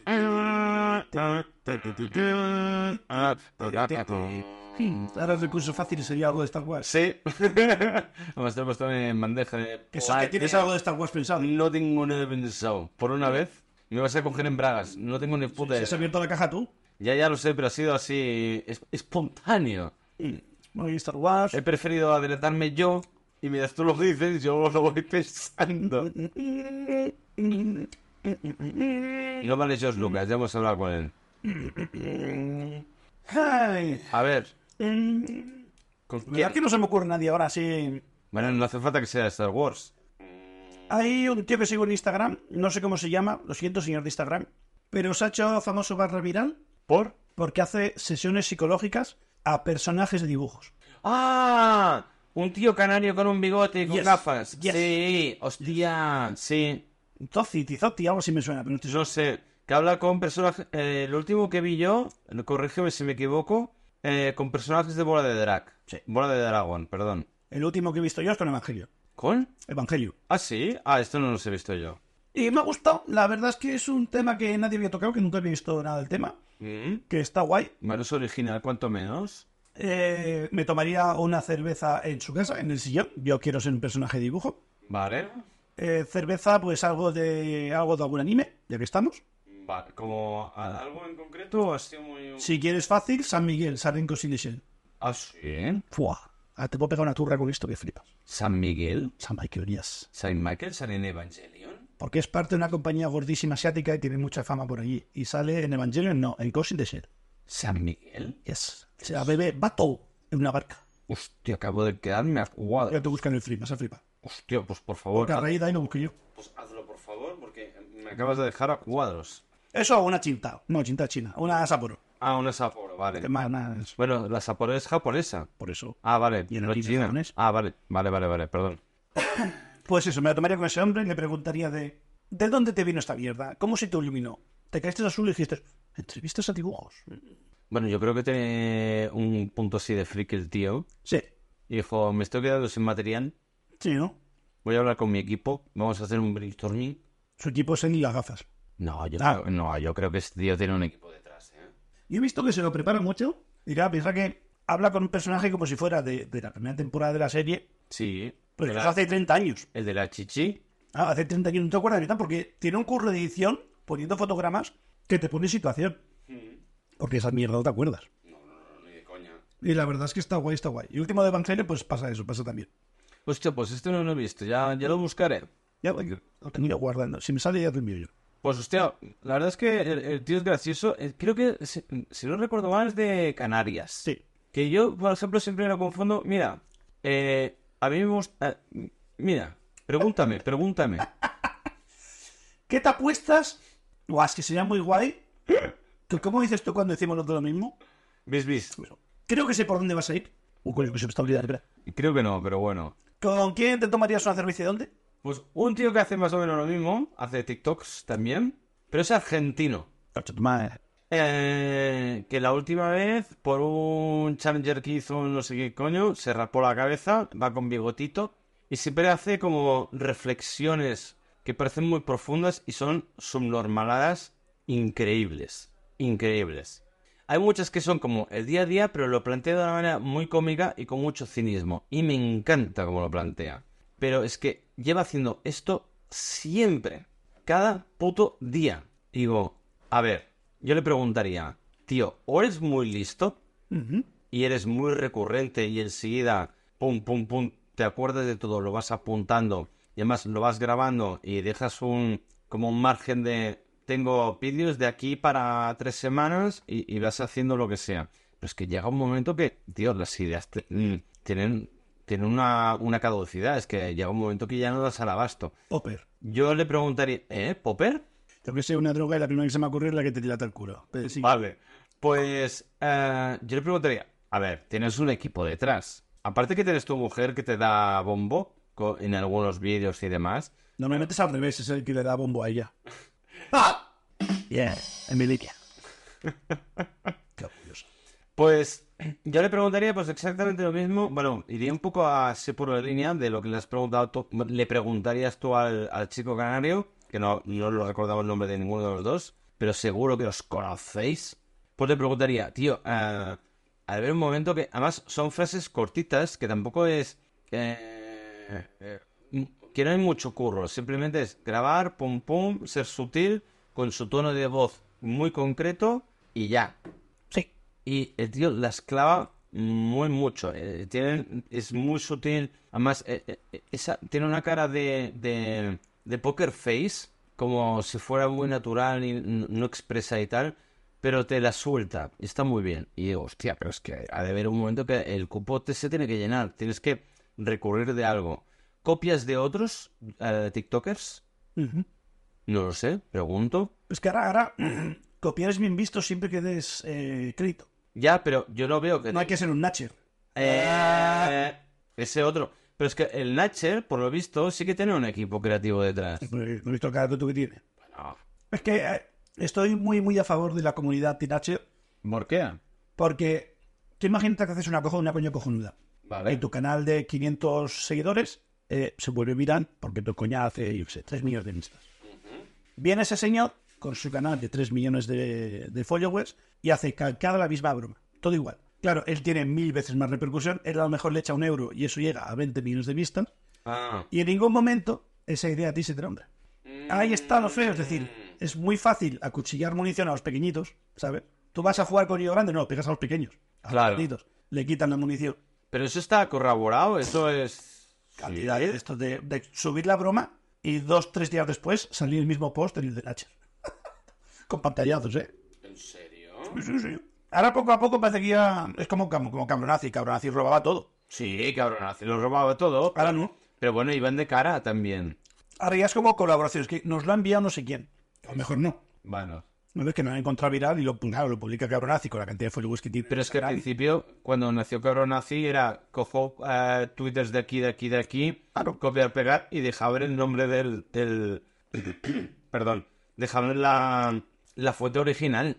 Hmm, Ahora el recurso fácil sería algo de Star Wars.
[LAUGHS] Sí. Vamos a puesto en bandeja de...
Que sabes que tienes algo de Star Wars pensado.
No tengo nada pensado. Por una vez, me vas a coger en bragas. No tengo ni puta...
¿Has
idea.
abierto la caja tú?
Ya, ya lo sé, pero ha sido así... es- espontáneo.
Bueno, y Hmm, Star Wars.
He preferido adelantarme yo y mientras tú lo dices, yo lo voy pensando. No vale George Lucas, ya hemos hablado con él.
Ay.
A ver,
Mm.
¿con
¿Verdad
quién?
que no se me ocurre nadie ahora? Sí.
Bueno, no hace falta que sea Star Wars.
Hay un tío que sigo en Instagram, no sé cómo se llama, lo siento señor de Instagram, pero se ha hecho famoso barra viral
¿Por?
porque hace sesiones psicológicas a personajes de dibujos.
¡Ah! Un tío canario con un bigote y con
Yes,
gafas.
yes.
Sí, hostia, sí.
Tozi, Tizotti, algo así me suena, pero no estoy seguro.
No sé, que habla con personajes... eh, el último que vi yo, corrígeme si me equivoco, eh, con personajes de Bola de Drag.
Sí.
Bola de Dragón, perdón.
El último que he visto yo es con Evangelio.
¿Con?
Evangelio.
Ah, sí. Ah, esto no los he visto yo.
Y me ha gustado, la verdad es que es un tema que nadie había tocado, que nunca había visto nada del tema, que está guay.
Bueno, es original, cuanto menos.
Eh, me tomaría una cerveza en su casa, en el sillón. Yo quiero ser un personaje de dibujo.
Vale.
Eh, cerveza, pues algo de algo de algún anime, ya que estamos.
Vale, como a- algo en concreto o así muy.
Si quieres fácil, San Miguel, Sarenco Silesian.
Ah, sí.
Fua. Ah, te puedo pegar una turra con esto que flipas.
San Miguel,
San Michael, yes.
Saint Michael, San en Evangelion.
Porque es parte de una compañía gordísima asiática y tiene mucha fama por allí. Y sale en Evangelion, no, en Ghost in the Shell.
San Miguel.
Yes. O sea, bebe Battle en una barca.
Hostia, acabo de quedarme jugado.
Ya te buscan el flip, vas a flipar.
Hostia, pues por favor.
La raíz de ahí lo busqué yo.
Pues hazlo, por favor, porque me acabas de dejar a cuadros.
Eso o una chinta. No, chinta china. Una Sapporo.
Ah, una Sapporo, vale.
Que más nada es
Bueno, la Sapporo es japonesa.
por eso.
Ah, vale.
Y en
no
el
es
origen
china.
japonés.
Ah, vale, vale, vale, vale, perdón.
Pues eso, me la tomaría con ese hombre y le preguntaría de... ¿De dónde te vino esta mierda? ¿Cómo se te iluminó? Te caíste azul y dijiste... ¿Entrevistas a dibujos?
Bueno, yo creo que tiene un punto así de freak el tío.
Sí.
Y dijo, "Oh, me estoy quedando sin material.
Sí, ¿no?
Voy a hablar con mi equipo. Vamos a hacer un brainstorming.
Su equipo es él y las gafas.
No, yo,
Ah.
no, yo creo que este tío tiene un equipo detrás, ¿eh?
Y he visto que se lo prepara mucho. Y claro, piensa que habla con un personaje como si fuera de, de la primera temporada de la serie,
Sí.
pero
el,
eso hace 30 años.
el de la chichi.
Ah, hace 30 años no te acuerdas ahorita porque tiene un curro de edición poniendo fotogramas que te pone en situación. Porque esa mierda Mm. no te acuerdas. Y la verdad es que está guay, está guay. Y último de Evangelion, pues pasa eso, pasa también.
Hostia, pues este no lo he visto. Ya, ya lo buscaré.
Ya voy, lo tengo yo guardando. Si me sale, ya te lo envío yo.
Pues hostia, la verdad es que el, el tío es gracioso. Eh, Creo que, si, si no recuerdo mal, es de Canarias.
Sí.
Que yo, por ejemplo, siempre lo confundo. Mira, eh, a mí me gusta... eh, mira, pregúntame, pregúntame.
¿Qué te apuestas? Buah, es que sería muy guay. ¿Que ¿Cómo dices tú cuando decimos los dos lo mismo?
Bis, bis.
Creo que sé por dónde vas a ir. Uy, coño, que se me está olvidando, espera.
Creo que no, pero bueno.
¿Con quién te tomarías una cerveza y dónde?
Pues un tío que hace más o menos lo mismo, hace TikToks también, pero es argentino. Eh, que la última vez, por un challenger que hizo un no sé qué coño, se rapó la cabeza, va con bigotito, y siempre hace como reflexiones que parecen muy profundas y son subnormaladas increíbles. Increíbles. Hay muchas que son como el día a día, pero lo plantea de una manera muy cómica y con mucho cinismo. Y me encanta como lo plantea. Pero es que lleva haciendo esto siempre. Cada puto día. Digo, a ver, yo le preguntaría, tío, ¿o eres muy listo? y eres muy recurrente y enseguida, pum, pum, pum, te acuerdas de todo, lo vas apuntando y además lo vas grabando y dejas un, como un margen de, tengo vídeos de aquí para tres semanas y, y vas haciendo lo que sea. Pero es que llega un momento que, tío, las ideas te- mm, tienen, tienen una, una caducidad, es que llega un momento que ya no das al abasto.
Popper.
Yo le preguntaría, ¿eh, Popper?
Yo que sé, una droga y la primera que se me ocurrió es la que te dilata el culo. Pero sí.
Vale. Pues eh, yo le preguntaría, a ver, tienes un equipo detrás. Aparte que tienes tu mujer que te da bombo co- en algunos vídeos y demás.
Normalmente es al revés, es el que le da bombo a ella. ¡Ah! Yeah, Emilia. Qué orgulloso.
Pues [CLEARS THROAT] yo le preguntaría pues exactamente lo mismo. Bueno, iría un poco así por la línea de lo que le has preguntado tú- Le preguntarías tú al, al chico canario, que no, no lo recordaba el nombre de ninguno de los dos, pero seguro que os conocéis. Pues le preguntaría, tío, eh, a ver un momento que además son frases cortitas que tampoco es... eh, eh, m- que no hay mucho curro, simplemente es grabar, pum pum, ser sutil, con su tono de voz muy concreto y ya.
Sí.
Y el tío las clava muy mucho. eh, tienen- es muy sutil. Además, eh, eh, eh, esa, tiene una cara de, de, de poker face, como si fuera muy natural y n- no expresa y tal, pero te la suelta. y Está muy bien. Y digo, hostia, pero es que ha de haber un momento que el cupo te- se tiene que llenar. Tienes que recurrir de algo. ¿Copias de otros eh, TikTokers?
Ujú.
No lo sé, pregunto.
Es que ahora, ahora [CLEARS THROAT] copiar es bien visto siempre que des eh, crédito.
Ya, pero yo no veo que...
No hay que ser un Natcher.
Eh, ese otro. Pero es que el Natcher, por lo visto, sí que tiene un equipo creativo detrás.
No he visto el carácter tú que tiene.
Bueno,
Es que eh, estoy muy, muy a favor de la comunidad Tinatcher
morquea.
porque tú imagínate que haces una, cojo, una coña cojonuda.
Vale.
en tu canal de 500 seguidores eh, se vuelve viral porque tu coña hace, yo qué sé, 3 millones de vistas. Viene ese señor con su canal de 3 millones de, de followers y hace calcada la misma broma. Todo igual. Claro, él tiene mil veces más repercusión, él a lo mejor le echa un euro y eso llega a 20 millones de vistas.
Ah.
Y en ningún momento esa idea a ti se te nombra.
Mm.
Ahí está lo feo, es decir, es muy fácil acuchillar munición a los pequeñitos, ¿sabes? Tú vas a jugar con niño grande, no, pegas a los pequeños. A los
Claro.
pequeñitos. le quitan la munición
Pero eso está corroborado, eso es...
cantidad de, estos de, de subir la broma y dos, tres días después salió el mismo post del de Thatcher. [LAUGHS] Con pantallazos, ¿eh?
¿En serio?
Sí, sí, sí. Ahora poco a poco parece que ya es como, cam- como Cabronazi. Cabronazi robaba todo.
Sí, cabrón, se lo robaba todo.
Ahora no.
Pero bueno, iban de cara también.
Ahora ya es como colaboraciones, que nos lo ha enviado no sé quién. A lo mejor no.
Bueno.
No ves que no lo ha encontrado viral y lo, claro, lo publica Cabronazi con la cantidad de followers que tiene.
Pero es que al principio, cuando nació Cabronazi, era cojo eh, twitters de aquí, de aquí, de aquí,
Claro.
copiar, pegar y dejar el nombre del. del... Perdón. Dejar la, la fuente original.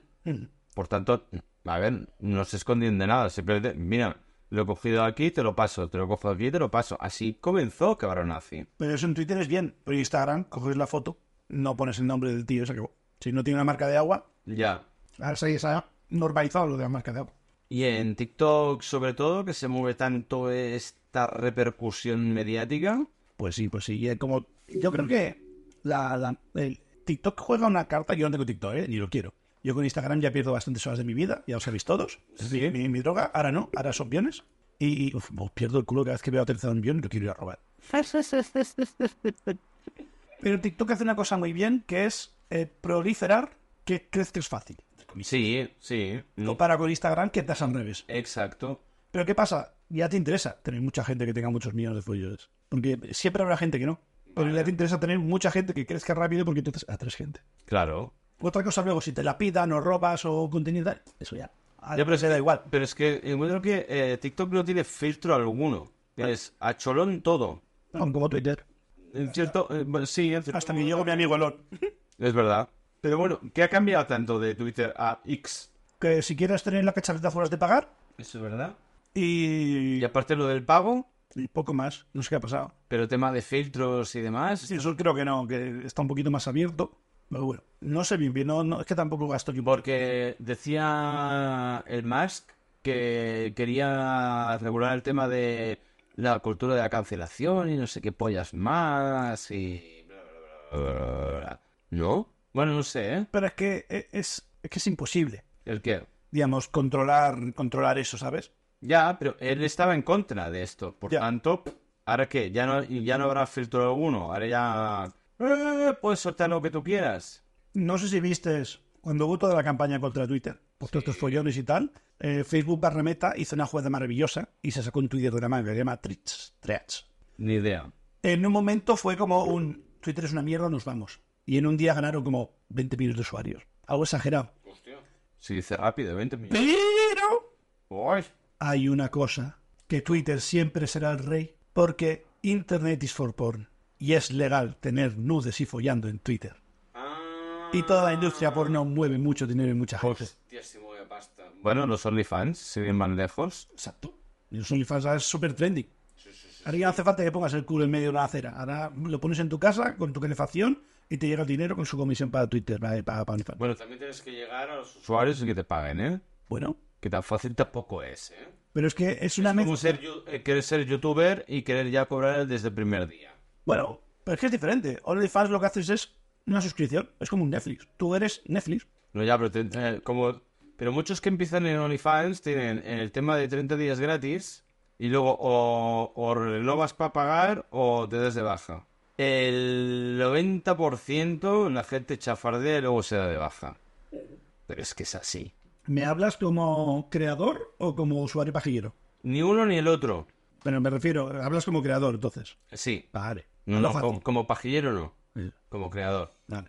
Por tanto, a ver, no se esconden de nada. Simplemente, mira, lo he cogido aquí, te lo paso. Te lo cojo aquí, te lo paso. Así comenzó Cabronazi.
Pero eso en Twitter es bien. Pero en Instagram coges la foto, no pones el nombre del tío, se acabó. Si no tiene una marca de agua,
Ya.
ahora se se ha normalizado lo de la marca de agua.
Y en TikTok, sobre todo, que se mueve tanto esta repercusión mediática.
Pues sí, pues sí. y es como, yo creo que la, la- el TikTok juega una carta. Yo no tengo TikTok, ¿eh? ni lo quiero. Yo con Instagram ya pierdo bastantes horas de mi vida, ya lo sabéis todos. Es decir, mi, mi droga, ahora no, ahora son biones. Y uf, me pierdo el culo cada vez que veo aterrizado un bion y lo quiero ir a robar. Pero TikTok hace una cosa muy bien, que es eh, proliferar que crees que es fácil.
Sí, sí. No,
Compara con Instagram, que estás al revés.
Exacto.
Pero ¿qué pasa? Ya te interesa tener mucha gente que tenga muchos millones de followers. Porque siempre habrá gente que no. Pero ya te interesa tener mucha gente que crezca rápido porque tú a tres gente.
Claro.
Otra cosa luego, si te la pidan o robas o contenido, eso ya.
Ya, pero
se da igual.
Pero es que encuentro que eh, TikTok no tiene filtro alguno. Es a cholón todo.
Como Twitter.
En cierto, eh, bueno, sí, en cierto-
Hasta que llegó mi amigo Elon.
es verdad. Pero bueno, ¿qué ha cambiado tanto de Twitter a X?
Que si quieres tener la cacharreta fuera de pagar
Eso es verdad.
y...
Y aparte lo del pago,
y poco más. No sé qué ha pasado.
pero tema de filtros y demás.
Sí, eso creo que no, que está un poquito más abierto. Pero bueno, no sé bien, bien, no, no, es que tampoco gasto aquí por...
Porque decía el Musk que quería regular el tema de la cultura de la cancelación y no sé qué pollas más y... bla, bla, bla, bla, bla, bla. ¿No? Bueno, no sé, ¿eh?
Pero es que eh, es, es que es imposible.
El que...
digamos, controlar, controlar eso, ¿sabes?
Ya, pero él estaba en contra de esto. Por
Ya.
tanto, ¿ahora qué? Ya no, ya no habrá filtro alguno. Ahora ya... eh, puedes soltar lo que tú quieras.
No sé si vistes, cuando hubo toda la campaña contra Twitter, por todos estos follones y tal, eh, Facebook barra meta hizo una jugada maravillosa y se sacó un Twitter de la manga que se llama Threads. Threads.
Ni idea.
En un momento fue como un Twitter es una mierda, nos vamos. Y en un día ganaron como 20 millones de usuarios. Algo exagerado.
Se dice rápido, 20 millones.
Pero
Uy.
hay una cosa, que Twitter siempre será el rey, porque Internet is for porn. Y es legal tener nudes y follando en Twitter. Y toda la industria porno mueve mucho dinero y mucha gente.
Bueno, los OnlyFans, si bien van lejos.
Exacto. Y los OnlyFans ahora es súper trendy. Ahora ya no hace falta que pongas el culo en medio de una acera. Ahora lo pones en tu casa con tu calefacción y te llega el dinero con su comisión para Twitter, para, para- para OnlyFans.
Bueno, también tienes que llegar a los usuarios y que te paguen, ¿eh?
Bueno,
Que tan fácil tampoco es, ¿eh?
pero es que es una
Como
mezcla-
ser, yu- eh, querer ser youtuber y querer ya cobrar desde el primer día.
Bueno, pero es que es diferente. OnlyFans lo que haces es una suscripción. Es como un Netflix. Tú eres Netflix.
No, ya, pero, te- eh, como... pero muchos que empiezan en OnlyFans tienen el tema de 30 días gratis y luego o, o renovas para pagar o te das de baja. El 90% la gente chafardea y luego se da de baja. Pero es que es así.
¿Me hablas como creador o como usuario pajillero?
Ni uno ni el otro.
Bueno, me refiero, hablas como creador entonces.
Sí.
Vale.
No,
Lo
no,
fácil.
como, como pajillero no.
Sí.
Como creador.
Vale.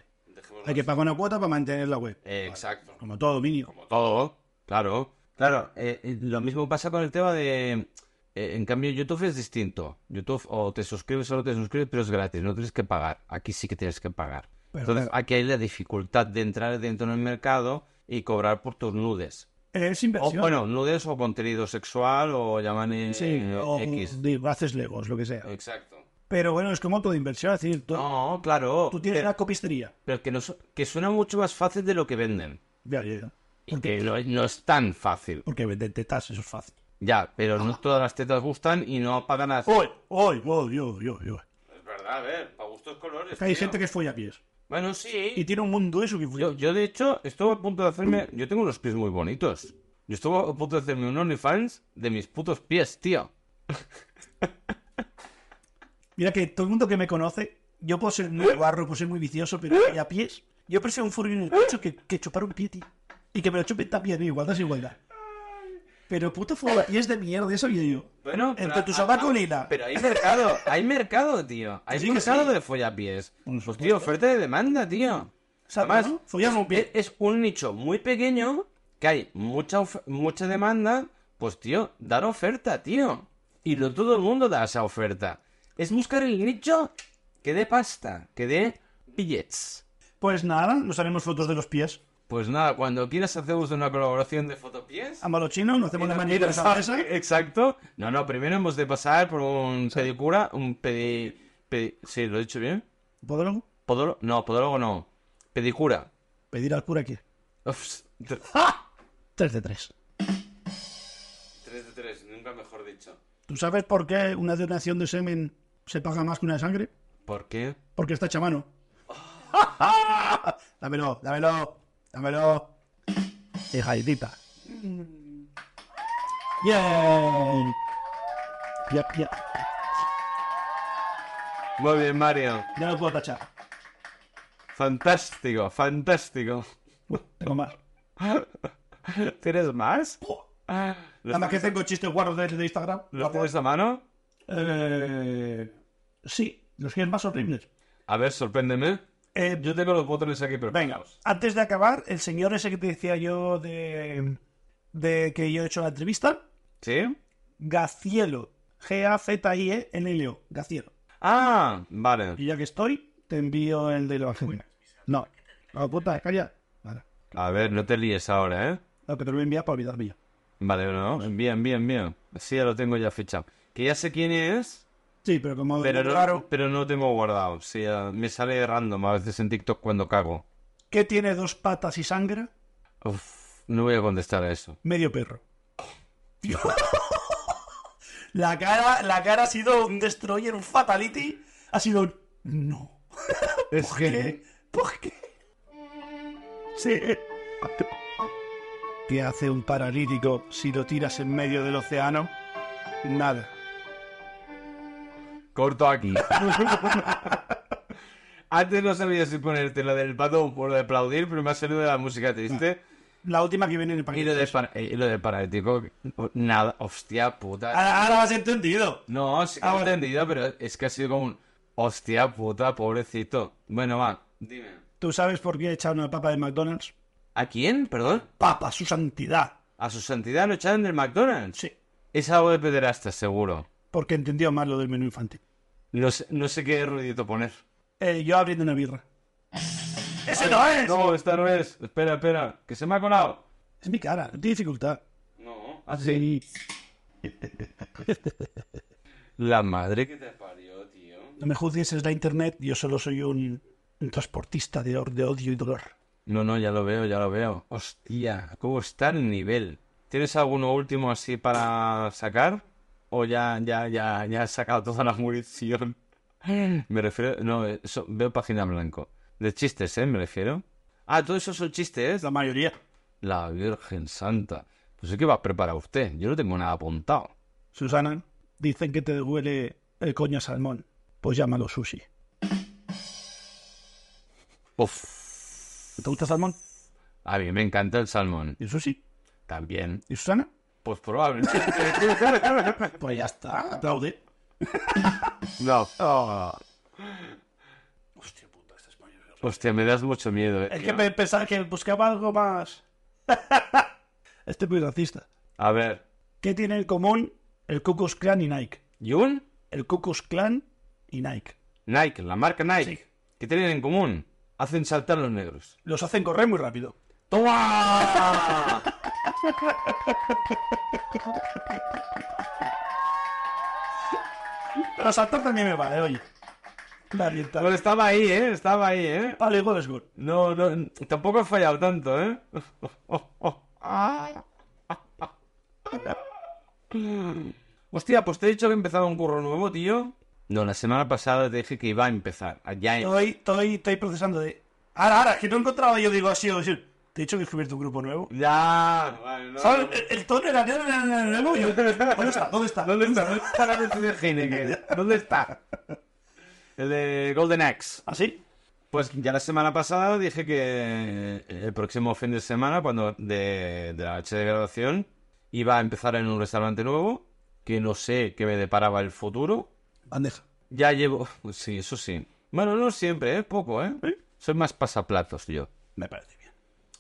Hay que pagar una cuota para mantener la web.
Eh, exacto.
Como todo dominio.
Como todo. Claro. Claro. eh, eh, lo mismo pasa con el tema de... eh, en cambio, YouTube es distinto. YouTube o te suscribes o no te suscribes, pero es gratis. No tienes que pagar. Aquí sí que tienes que pagar.
Pero
Entonces,
claro.
aquí hay la dificultad de entrar dentro del mercado y cobrar por tus nudes.
Eh, Es
O,
inversión.
bueno, nudes o contenido sexual o llaman eh,
sí, o
X.
de- haces legos, lo que sea.
Exacto.
Pero bueno, es como todo inversión. Es decir, tú,
No, eh. claro.
tú tienes una copistería.
Pero que, no, su- que suena mucho más fácil de lo que venden.
Ya, ya, ya.
Y que no, no es tan fácil.
Porque vender tetas, eso es fácil.
Ya, pero no
Ah.
todas las tetas gustan y no pagan a...
Hoy, hoy, hoy, hoy, hoy, hoy.
Es verdad, a ver, para gustos colores.
Hay gente que es follapiés.
Bueno, sí.
Y tiene un mundo eso que
Yo, yo, de hecho, estuve a punto de hacerme... Yo tengo unos pies muy bonitos. Yo estuve a punto de hacerme un OnlyFans de mis putos pies, tío.
Mira que todo el mundo que me conoce Yo puedo ser muy guarro, puedo ser muy vicioso,
¿Eh?
pero a pies. Yo prefiero un furby en el pecho que, que chupar un pie, tío. Y que me lo chupen también, ¿no? igualdad es igualdad. Pero puto furba pies de mierda, eso vi yo.
Bueno,
Entre
pero-
tu sobaco y la.
Pero hay mercado, hay mercado, tío. Hay
Sí que
mercado
sí.
de follapiés.
Por
Pues,
supuesto.
tío, oferta y demanda, tío.
¿Sabes?
Además,
no? Follar un
Es,
pie.
es un nicho muy pequeño que hay mucha, of- mucha demanda. Pues, tío, dar oferta, tío. Y no todo el mundo da esa oferta. Es buscar el nicho que dé pasta, que dé billets.
Pues nada, nos haremos fotos de los pies.
Pues nada, cuando quieras hacemos una colaboración de fotopies.
A malo chino, nos hacemos la manita de sorpresa.
[LAUGHS] Exacto. No, no, primero hemos de pasar por un pedicura, un pedi... pedi- Sí, lo he dicho bien.
¿Podrán
Podólogo, no, podólogo no. Pedicura.
pedir al cura aquí?
Uf, tre-
3 de 3.
tres de tres, nunca mejor dicho.
¿Tú sabes por qué una donación de semen se paga más que una de sangre?
¿Por qué?
Porque está hecha a [LAUGHS] mano. dámelo, dámelo, dámelo. Hijadita. Bien. Ya, ya,
Muy bien, Mario.
ya lo puedo tachar.
Fantástico, fantástico.
Uf, tengo más.
¿Tienes más? Ah, ¿Lo
Nada más que tengo chistes guarros de, de Instagram.
lo tienes a mano?
Eh, sí, los que más horribles.
A ver, sorpréndeme.
Eh,
Yo tengo los botones aquí, pero...
Venga, antes de acabar, el señor ese que te decía yo de, de que yo he hecho la entrevista,
¿Sí?
Gacielo, E G-A-Z-I-E-N-L-O, Gacielo.
Ah, vale.
Y ya que estoy, te envío el de la vacuna. No, no, puta, calla. Vale,
A ver, no te líes ahora, ¿eh?
no, que te lo voy a enviar para olvidarme yo.
Vale, no, bien, bien, bien. Sí, ya lo tengo ya fichado. Que ya sé quién es,
Sí, pero como
pero no,
claro,
pero no lo tengo guardado. Sí, ya me sale random a veces en TikTok cuando cago.
¿qué tiene dos patas y sangre?
Uf, no voy a contestar a eso.
Medio perro. [LAUGHS] la cara, la cara ha sido un destroyer, un fatality. Ha sido un... No.
Es
¿Qué? ¿Por qué? Sí. ¿Qué hace un paralítico si lo tiras en medio del océano? Nada.
Corto aquí. [LAUGHS] Antes no sabía si ponerte la del pato por lo de aplaudir, pero me ha salido de la música triste.
La última que viene en el
Y lo
paquete.
de, para- y lo de paralítico, nada, hostia puta.
Ahora, ahora has entendido.
No, sí que lo he
Ah, vale.
entendido, pero es que ha sido como un... Hostia puta, pobrecito. Bueno, va, dime.
¿Tú sabes por qué echaron una papa de McDonald's?
¿A quién? Perdón.
Papa, su santidad.
A su santidad lo echaron del McDonald's.
Sí.
Es algo de pederasta, seguro.
Porque entendió más lo del menú infantil.
No sé, no sé qué ruidito poner.
Eh, yo abriendo una birra. ¡Ese no es!
No, esta no es. Espera, espera. Que se me ha colado. Ah,
Es mi cara, no tiene dificultad.
No.
Así.
La madre que te parió, tío.
No me juzgues, es la internet. Yo solo soy un, un transportista de, or- de odio y dolor.
No, no, ya lo veo, ya lo veo. Hostia, ¿cómo está el nivel? ¿Tienes alguno último así para sacar? ¿O ya, ya, ya, ya has sacado toda la munición? Me refiero... No, eso, veo página en blanco. De chistes, ¿eh? Me refiero. Ah, todo eso son chistes. ¿eh?
La mayoría.
La Virgen Santa. Pues es que va a preparar usted. Yo no tengo nada apuntado.
Susana, dicen que te huele el coño a salmón. Pues llámalo sushi.
Uf.
¿Te gusta el salmón?
A mí me encanta el salmón.
¿Y el sushi?
También.
¿Y Susana?
Pues probablemente.
Pues ya está. Aplaude.
no. Oh.
Hostia puta, este es mayor.
Hostia, me das mucho miedo, eh,
Es que
tío.
pe- pensaba que buscaba algo más. [LAUGHS] este es muy racista.
A ver.
¿Qué tiene en común el Ku Klux Klan y Nike?
¿Yun?
El Ku Klux Klan y Nike.
Nike, la marca Nike.
Sí.
¿Qué tienen en común? Hacen saltar los negros.
Los hacen correr muy rápido.
[LAUGHS] ¡Toma!
Pero saltar también me vale, oye. La rienta.
Bueno, estaba ahí, ¿eh? Estaba ahí, ¿eh?
Vale, gol es gol.
No, no, tampoco he fallado tanto, ¿eh? [LAUGHS] Hostia, pues te he dicho que he empezado un curro nuevo, tío. No, la semana pasada te dije que iba a empezar. Ya he-
Estoy, estoy, estoy procesando de. Ahora, ahora, que no encontraba yo, digo así, o así. Te he dicho que escribiste un grupo nuevo.
Ya. Vale, no,
¿Sabes? El, el tono era nuevo, nuevo, yo. ¿Dónde está? ¿Dónde está?
¿Dónde está? ¿Dónde está la versión de Heineken? ¿Dónde está? El de Golden Axe.
¿Ah, sí?
Pues ya la semana pasada dije que eh, el próximo fin de semana, cuando de, de la noche de graduación, iba a empezar en un restaurante nuevo, que no sé qué me deparaba el futuro.
Bandeja.
Ya llevo... pues Sí, eso sí. Bueno, no siempre, es poco, ¿eh? Soy más pasaplatos yo.
Me parece bien.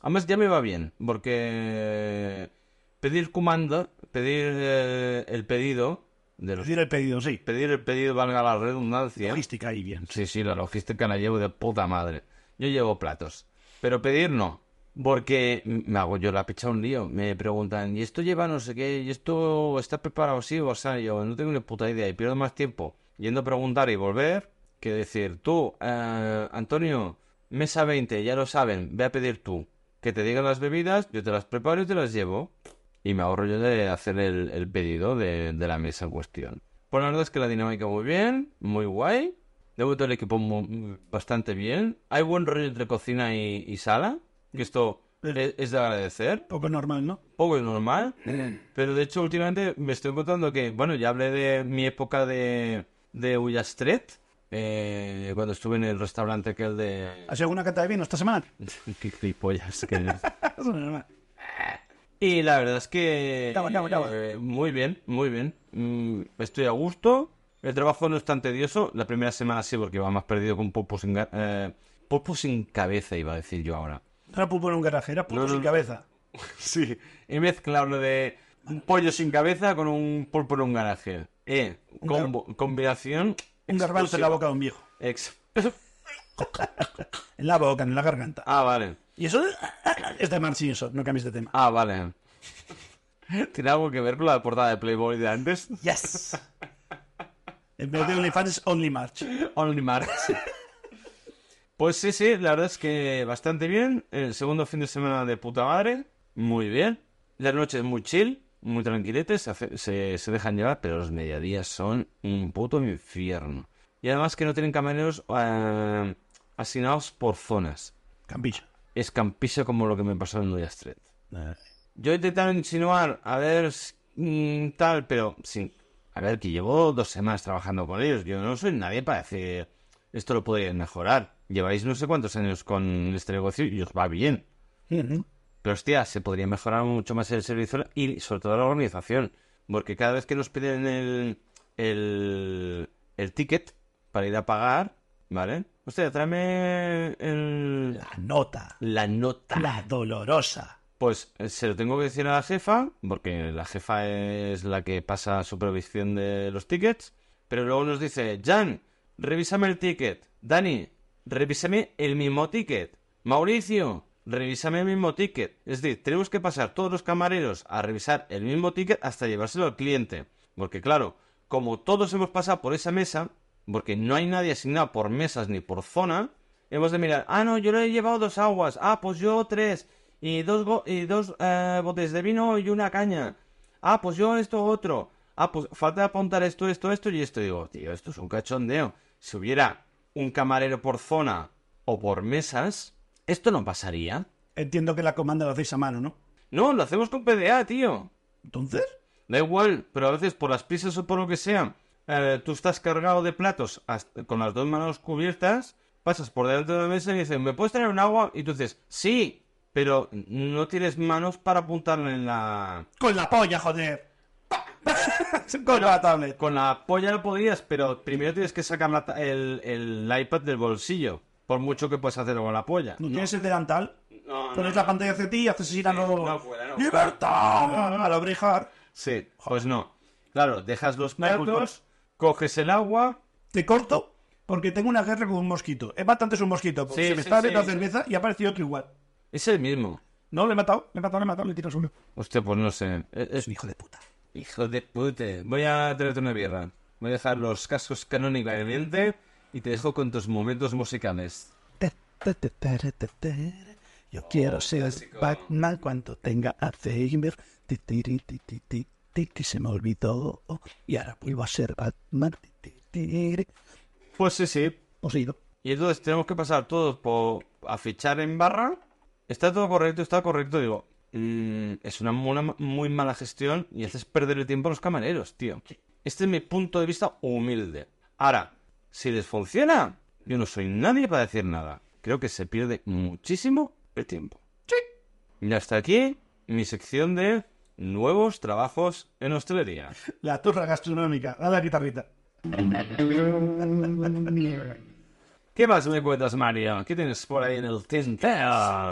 Además ya me va bien, porque pedir comanda, pedir eh, el pedido, de los-
Decir el pedido, sí.
pedir el pedido valga la redundancia.
Logística ahí bien.
Sí, sí, la logística la llevo de puta madre. Yo llevo platos. Pero pedir no. Porque me hago yo la pecha un lío. Me preguntan, ¿y esto lleva no sé qué? ¿Y esto está preparado sí o sea? Yo no tengo ni puta idea y pierdo más tiempo yendo a preguntar y volver que decir, tú, eh, Antonio, mesa 20, ya lo saben, ve a pedir tú. Que te digan las bebidas, yo te las preparo y te las llevo. Y me ahorro yo de hacer el, el pedido de, de la mesa en cuestión. Pues la verdad es que la dinámica muy bien, muy guay. Debo todo el equipo mu- bastante bien. Hay buen rollo entre cocina y, y sala. Que esto es, es de agradecer.
Poco normal, ¿no?
Poco es normal. Pero de hecho, últimamente me estoy encontrando que, bueno, ya hablé de mi época de, de Ullastret. eh, cuando estuve en el restaurante aquel de. [LAUGHS]
¿Has hecho alguna cata de vino esta semana? [LAUGHS]
Qué gilipollas que eres.
Eso no es normal.
Y la verdad es que
Estamos, estamos, estamos.
eh, muy bien, muy bien. Mm, estoy a gusto. El trabajo no es tan tedioso. La primera semana sí, porque iba más perdido con Popo sin, ga- eh, Popo sin cabeza, iba a decir yo ahora.
No era pulpo en un garaje, era pulpo
No, no.
sin cabeza.
Sí. He mezclado lo de un pollo sin cabeza con un pulpo en un garaje. Eh, combo- combinación.
Un garbanzo en la boca de un viejo.
Ex.
En la boca, en la garganta.
Ah, vale.
Y eso es de Marcinson, no cambies de tema.
Ah, vale. [LAUGHS] ¿Tiene algo que ver con la portada de Playboy de antes?
Yes. En vez de OnlyFans, Only March.
Only March. [LAUGHS] Pues sí, sí, la verdad es que bastante bien. El segundo fin de semana de puta madre, muy bien. Las noches muy chill, muy tranquiletes, se, hace- se- se dejan llevar, pero los mediodías son un puto infierno. Y además que no tienen camareros eh, asignados por zonas.
Campillo.
Es campillo como lo que me pasó en Luyastret.
Eh.
Yo he intentado insinuar, a ver, s- mm, tal, pero sí. A ver, que llevo dos semanas trabajando con ellos. Yo no soy nadie para decir, esto lo podríais mejorar. Lleváis no sé cuántos años con este negocio y os va bien.
Ujú.
Pero hostia, se podría mejorar mucho más el servicio y sobre todo la organización. Porque cada vez que nos piden el, el, el ticket para ir a pagar, ¿vale? Hostia, tráeme el,
La nota.
la nota.
La dolorosa.
Pues eh, se lo tengo que decir a la jefa, porque la jefa es la que pasa supervisión de los tickets, pero luego nos dice, Jan, revísame el ticket, Dani, revísame el mismo ticket, Mauricio, revísame el mismo ticket. Es decir, tenemos que pasar todos los camareros a revisar el mismo ticket hasta llevárselo al cliente, porque claro, como todos hemos pasado por esa mesa, porque no hay nadie asignado por mesas ni por zona, hemos de mirar, ah, no, yo le he llevado dos aguas, ah, pues yo tres, y dos, go- y dos eh, botes de vino y una caña, ah, pues yo esto otro, ah, pues falta apuntar esto, esto, esto y esto. Digo, tío, esto es un cachondeo. Si hubiera un camarero por zona o por mesas, esto no pasaría.
Entiendo que la comanda la hacéis a mano, ¿no?
No, lo hacemos con PDA, tío.
Entonces,
Da igual, pero a veces por las prisas o por lo que sea, eh, tú estás cargado de platos hasta- con las dos manos cubiertas, pasas por delante de la mesa y dicen, ¿me puedes traer un agua? Y tú dices, sí, pero no tienes manos para apuntarle en la...
con la polla, joder. [LAUGHS] con la tablet.
Con la polla lo podrías, pero primero tienes que sacar la ta- el, el iPad del bolsillo, por mucho que puedas hacerlo con la polla.
No tienes el delantal.
No,
Pones la pantalla hacia ti y haces ir a lo...
no fuera, no.
¡Libertad! A lo Braveheart.
Sí, pues no. Claro, dejas los
No hay cultura.
platos, coges el agua,
Te corto porque tengo una guerra con un mosquito. He matado antes un mosquito. porque
Sí,
se
sí,
me estaba
sí.
bebiendo cerveza y ha aparecido otro igual.
es el mismo.
No, le he matado, le he matado, le he matado, le tiras uno.
Hostia, pues no sé. Es- es-
un hijo de puta.
Hijo de pute. Voy a traerte una birra. Voy a dejar los cascos canónicamente y te dejo con tus momentos musicales.
Yo quiero ser Batman cuando tenga Alzheimer. Ti, ti, ri, ti, ti, ti, ti, ti, se me olvidó. Y ahora vuelvo a ser Batman. Ti, ti, ti, ri.
Pues sí, sí.
Os he ido.
Y entonces tenemos que pasar todos por a fichar en barra. Está todo correcto, está correcto. Digo, mm, es una, mula- muy mala gestión y haces perder el tiempo a los camareros, tío. Este es mi punto de vista humilde. Ahora, Si les funciona, yo no soy nadie para decir nada. Creo que se pierde muchísimo el tiempo. Sí. Y hasta aquí mi sección de nuevos trabajos en hostelería.
La turra gastronómica. Dale la guitarrita.
¿Qué más me cuentas, Mario? ¿Qué tienes por ahí en el tintero?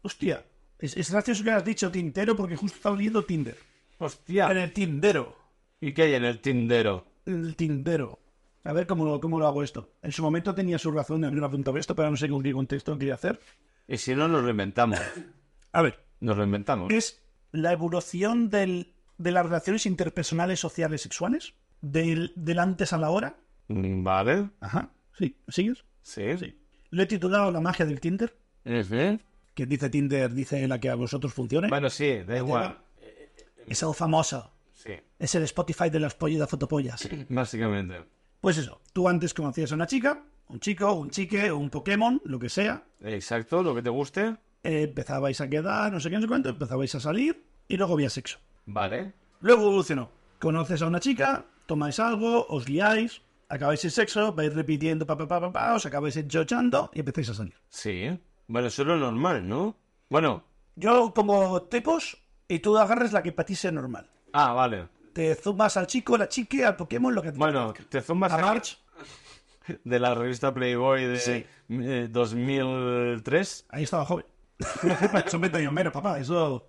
Hostia. Es, es gracioso que has dicho tintero porque justo estamos viendo Tinder. En
Hostia.
el tindero.
¿Y qué hay en el tindero?
El tindero. A ver cómo lo, cómo lo hago esto. En su momento tenía su razón de haber apuntado esto, pero no sé con qué contexto quería hacer.
Y si no, nos lo inventamos.
A ver,
Nos lo inventamos.
es la evolución del- de las relaciones interpersonales, sociales, sexuales, del, del antes a la hora.
Mm, Vale.
Ajá, sí, ¿sigues?
Sí.
Sí. Lo he titulado La magia del Tinder,
Ujú.
que dice Tinder, dice la que a vosotros funcione.
Bueno, sí, da igual.
Es algo famoso.
Sí.
Es el Spotify de las pollas de fotopollas.
Básicamente.
Pues eso, tú antes conocías a una chica, un chico, un chique, un Pokémon, lo que sea,
Exacto, lo que te guste.
eh, empezabais a quedar, no sé qué, no sé cuánto, empezabais a salir y luego había sexo.
Vale.
Luego evolucionó. Conoces a una chica, tomáis algo, os liáis, acabáis el sexo, vais repitiendo, pa, pa, pa, pa, pa, os acabáis enchochando y empezáis a salir.
Sí. Bueno, eso es lo normal, ¿no? Bueno.
Yo como tipos y tú agarres la que para ti sea normal.
Ah, vale.
Te zumbas al chico, la chique, al Pokémon, lo que te
Bueno, te zumbas
a March.
de la revista Playboy de
Sí.
eh, 2003.
Ahí estaba [LAUGHS] joven. Son 20 años menos, papá. Eso,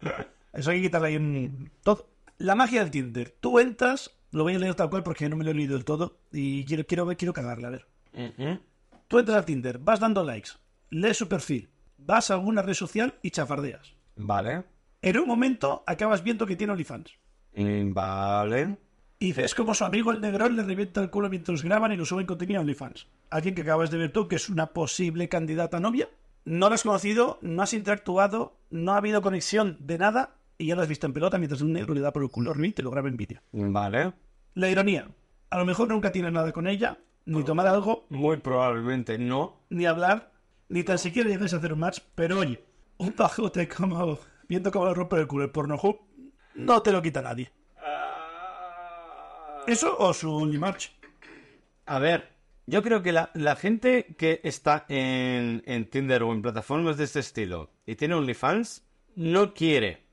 eso hay que quitarle ahí un... Todo. La magia del Tinder. Tú entras, lo voy a leer tal cual porque no me lo he leído del todo y quiero, quiero, ver- quiero cagarle, a ver.
Ujú.
Tú entras al Tinder, vas dando likes, lees su perfil, vas a alguna red social y chafardeas.
Vale.
En un momento acabas viendo que tiene OnlyFans.
Mm, Vale.
Y ves como su amigo el negrón le revienta el culo mientras graban y lo suben contenido a OnlyFans. Alguien que acabas de ver tú que es una posible candidata a novia. No la has conocido, no has interactuado, no ha habido conexión de nada y ya lo has visto en pelota mientras un negro le da por el culo y te lo graba en vídeo.
Vale.
La ironía. A lo mejor nunca tiene nada con ella, ni tomar algo,
Muy probablemente no.
ni hablar, ni tan siquiera llegáis a hacer un match, pero oye, un pajote como viendo cómo le rompe el culo el Pornhub, no te lo quita nadie.
Ah.
Eso o su OnlyMarch.
A ver, yo creo que la, la gente que está en, en Tinder o en plataformas de este estilo y tiene OnlyFans no quiere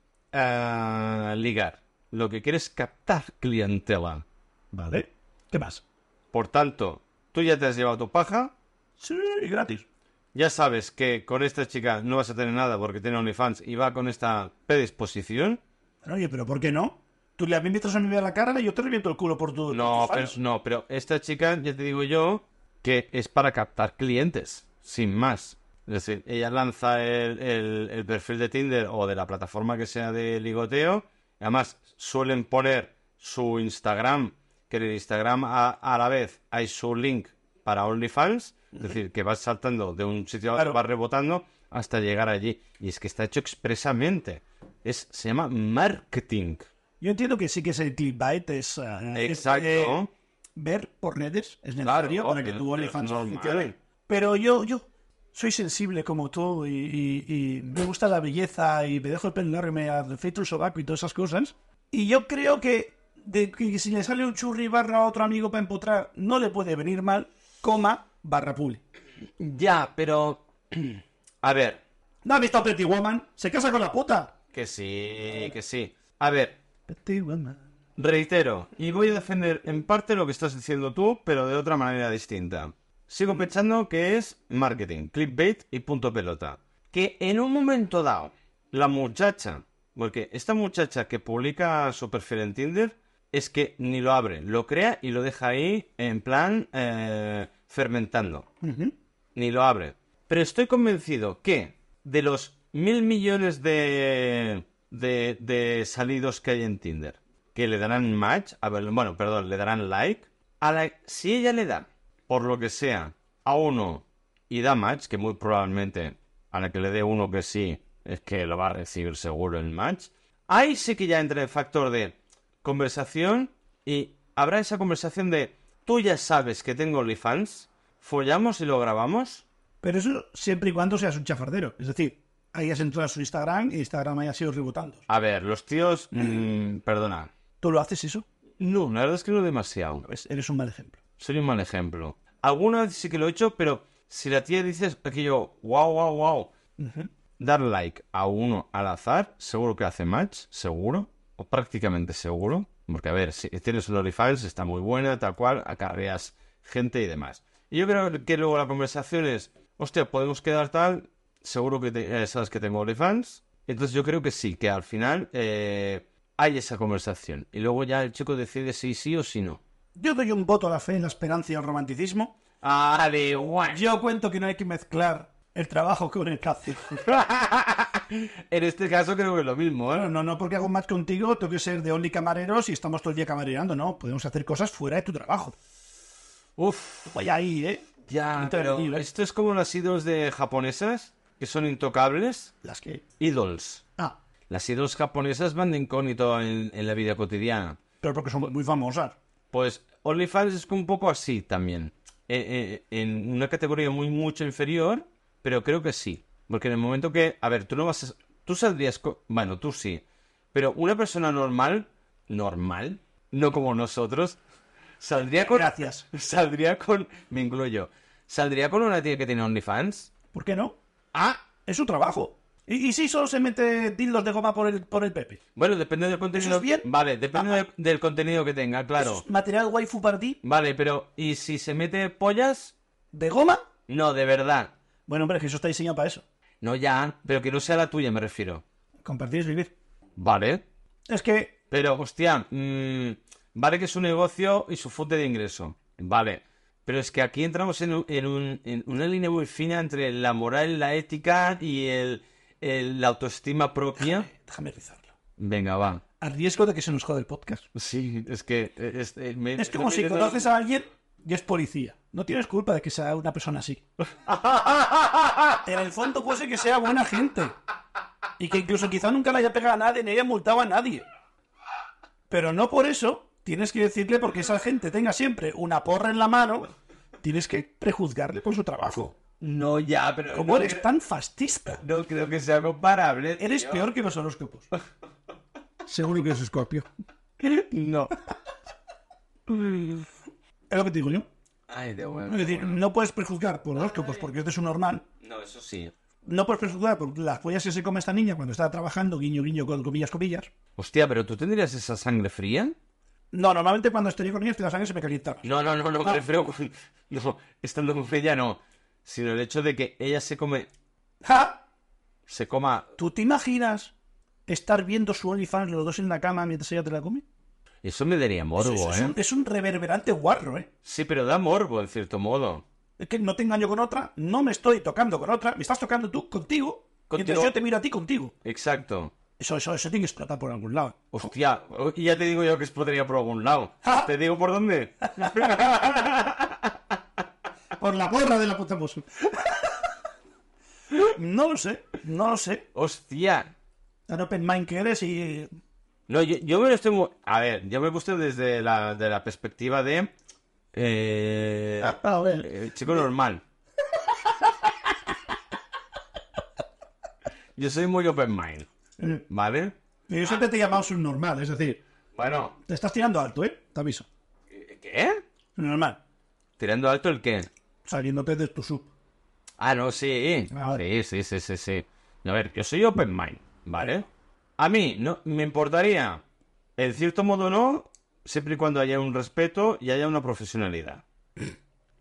ah, ligar. Lo que quiere es captar clientela.
Vale. ¿Eh? ¿Qué más?
Por tanto, tú ya te has llevado tu paja,
Sí, y gratis.
ya sabes que con esta chica no vas a tener nada porque tiene OnlyFans y va con esta predisposición.
Oye, pero ¿por qué no? Tú le invitas a mi a la cara y yo te reviento el culo por tu.
No,
por tu
pero,
fallo.
no, pero esta chica, ya te digo yo, que es para captar clientes, sin más. Es decir, ella lanza el, el- el perfil de Tinder o de la plataforma que sea de ligoteo. Además, suelen poner su Instagram, que en el Instagram a, a la vez hay su link para OnlyFans. Es decir, que vas saltando de un sitio a otro,
Claro.
vas rebotando hasta llegar allí. Y es que está hecho expresamente. Es, se llama marketing.
Yo entiendo que sí que es el clickbait, es. ah, es,
Exacto.
eh, ver por redes es necesario
Claro,
para que
es-
tu OnlyFans
es normal.
funcione. Pero yo, yo soy sensible como tú y, y- y me gusta la belleza y me dejo el pelo largo y me afeito el sobaco y todas esas cosas. Y yo creo que, de, que si le sale un churri barra a otro amigo para empotrar, no le puede venir mal, coma, barra publi.
Ya, pero. A ver,
¿No has visto a Pretty Woman? ¡Se casa con la puta!
que sí, que sí. A ver,
Pretty Woman.
reitero, y voy a defender en parte lo que estás diciendo tú, pero de otra manera distinta. Sigo pensando que es marketing, clickbait y punto pelota. Que en un momento dado, la muchacha, porque esta muchacha que publica su perfil en Tinder, es que ni lo abre, lo crea y lo deja ahí en plan eh, fermentando. ni lo abre. Pero estoy convencido que de los mil millones de, de, de salidos que hay en Tinder, que le darán match, a ver, bueno, perdón, le darán like, a la- si ella le da, por lo que sea, a uno y da match, que muy probablemente a la que le dé uno que sí, es que lo va a recibir seguro el match, ahí sí que ya entra el factor de conversación y habrá esa conversación de tú ya sabes que tengo OnlyFans, follamos y lo grabamos.
Pero eso siempre y cuando seas un chafardero. Es decir, hayas entrado a su Instagram y Instagram haya sido rebotando.
A ver, los tíos, mm, perdona.
¿Tú lo haces eso?
No, la verdad es que no demasiado.
Pues eres un mal ejemplo.
Soy un mal ejemplo. Alguna vez sí que lo he hecho, pero si la tía dices aquello, wow, wow, wow, dar like a uno al azar, seguro que hace match, seguro, o prácticamente seguro, porque a ver, si tienes el Files, está muy buena, tal cual, acarreas gente y demás. Y yo creo que luego la conversación es, hostia, podemos quedar tal, seguro que te- eh, sabes que tengo OnlyFans. Entonces yo creo que sí, que al final eh, hay esa conversación. Y luego ya el chico decide si sí o si no.
Yo doy un voto a la fe, la esperanza y al romanticismo.
Ah, de igual.
Yo cuento que no hay que mezclar el trabajo con el placer.
[LAUGHS] En este caso creo que es lo mismo,
[LAUGHS] Bueno,
¿eh?
no, no porque hago más contigo, tengo que ser de only camareros y estamos todo el día camareando, no. Podemos hacer cosas fuera de tu trabajo.
Uf,
Vaya ahí, ¿eh?
ya, pero
Entendible.
esto es como las idols de japonesas, que son intocables.
Las que.
Idols.
Ah,
Las idols japonesas van de incógnito en, en la vida cotidiana.
pero porque son muy famosas.
Pues OnlyFans es un poco así también. Eh, eh, en una categoría muy mucho inferior, pero creo que sí. Porque en el momento que... A ver, tú no vas a... Tú saldrías... co- Bueno, tú sí. Pero una persona normal, normal, no como nosotros, saldría con...
Gracias.
Saldría con... Me incluyo. ¿Saldría con una tía que tiene OnlyFans?
¿Por qué no?
Ah,
Es su trabajo. Y, y si solo se mete dildos de goma por el, por el Pepe.
bueno, depende del contenido...
bien? Ah.
Vale, depende del, del contenido que tenga, claro.
Eso es material waifu para ti,
Vale, pero ¿y si se mete pollas?
de goma.
No, de verdad.
Bueno, hombre, que eso está diseñado para eso.
No ya, pero que no sea la tuya, me refiero.
Compartir es vivir.
Vale.
Es que
Pero, hostia, mm, vale que es un negocio y su fuente de ingreso. Vale. Pero es que aquí entramos en, un- en un- en una línea muy fina entre la moral, la ética y el, el- la autoestima propia.
Déjame rizarlo.
Venga, va.
A riesgo de que se nos joda el podcast.
Sí, es que... eh, Es, eh, me-
Es como si
no-
conoces a alguien y es policía. No tienes culpa de que sea una persona así. En el fondo puede ser que sea buena gente. Y que incluso quizá nunca le haya pegado a nadie ni haya multado a nadie. Pero no por eso tienes que decirle porque esa gente tenga siempre una porra en la mano. Tienes que prejuzgarle por su trabajo.
[LAUGHS] No ya, pero...
Como
no
eres
creo-
tan fascista.
No creo que sea comparable.
Eres peor que los horóscopos. [LAUGHS] Seguro que es Scorpio.
No.
Es lo que te digo yo.
Ay, de
Es decir, no puedes prejuzgar por horóscopos porque este es un normal.
No, eso sí.
No puedes prejuzgar por las pollas que se come esta niña cuando está trabajando, guiño, guiño, con comillas, comillas.
Hostia, pero ¿tú tendrías esa sangre fría?
No, normalmente cuando estaría con ellas la sangre se me calienta.
No, no, no, no, me refiero con... No, estando con ella no. Sino el hecho de que ella se come...
¡Ja!
Se coma...
¿Tú te imaginas estar viendo su OnlyFans los dos en la cama mientras ella te la come?
Eso me daría morbo,
Eso es,
¿eh?
un, es un reverberante guarro, ¿eh?
Sí, pero da morbo, en cierto modo.
Es que no te engaño con otra, no me estoy tocando con otra, me estás tocando tú contigo,
Contigo.
mientras yo te miro a ti contigo.
Exacto.
Eso, eso, eso tiene que explotar por algún lado.
Hostia, y ya te digo yo que explotaría por algún [LAUGHS] lado.
Ah.
¿Te digo por dónde?
Por la porra de la puta mozo. [LAUGHS] No lo sé, no lo sé.
Hostia.
Tan open mind que eres y...
No, yo, yo me lo estoy... mu- A ver, yo me he puesto desde la, de la perspectiva de... Eh...
A ver,
Eh, chico normal. Yo soy muy open mind,
eh,
¿vale?
yo siempre te he llamado subnormal, es decir,
Bueno,
te estás tirando alto, ¿eh? Te aviso.
¿qué?
Normal,
¿Tirando alto el qué?
saliéndote de tu sub.
Ah, no, sí.
Vale.
Sí, sí, sí, sí, sí. A ver, yo soy open mind, ¿vale? A mí no me importaría, en cierto modo no, siempre y cuando haya un respeto y haya una profesionalidad. [CLEARS THROAT]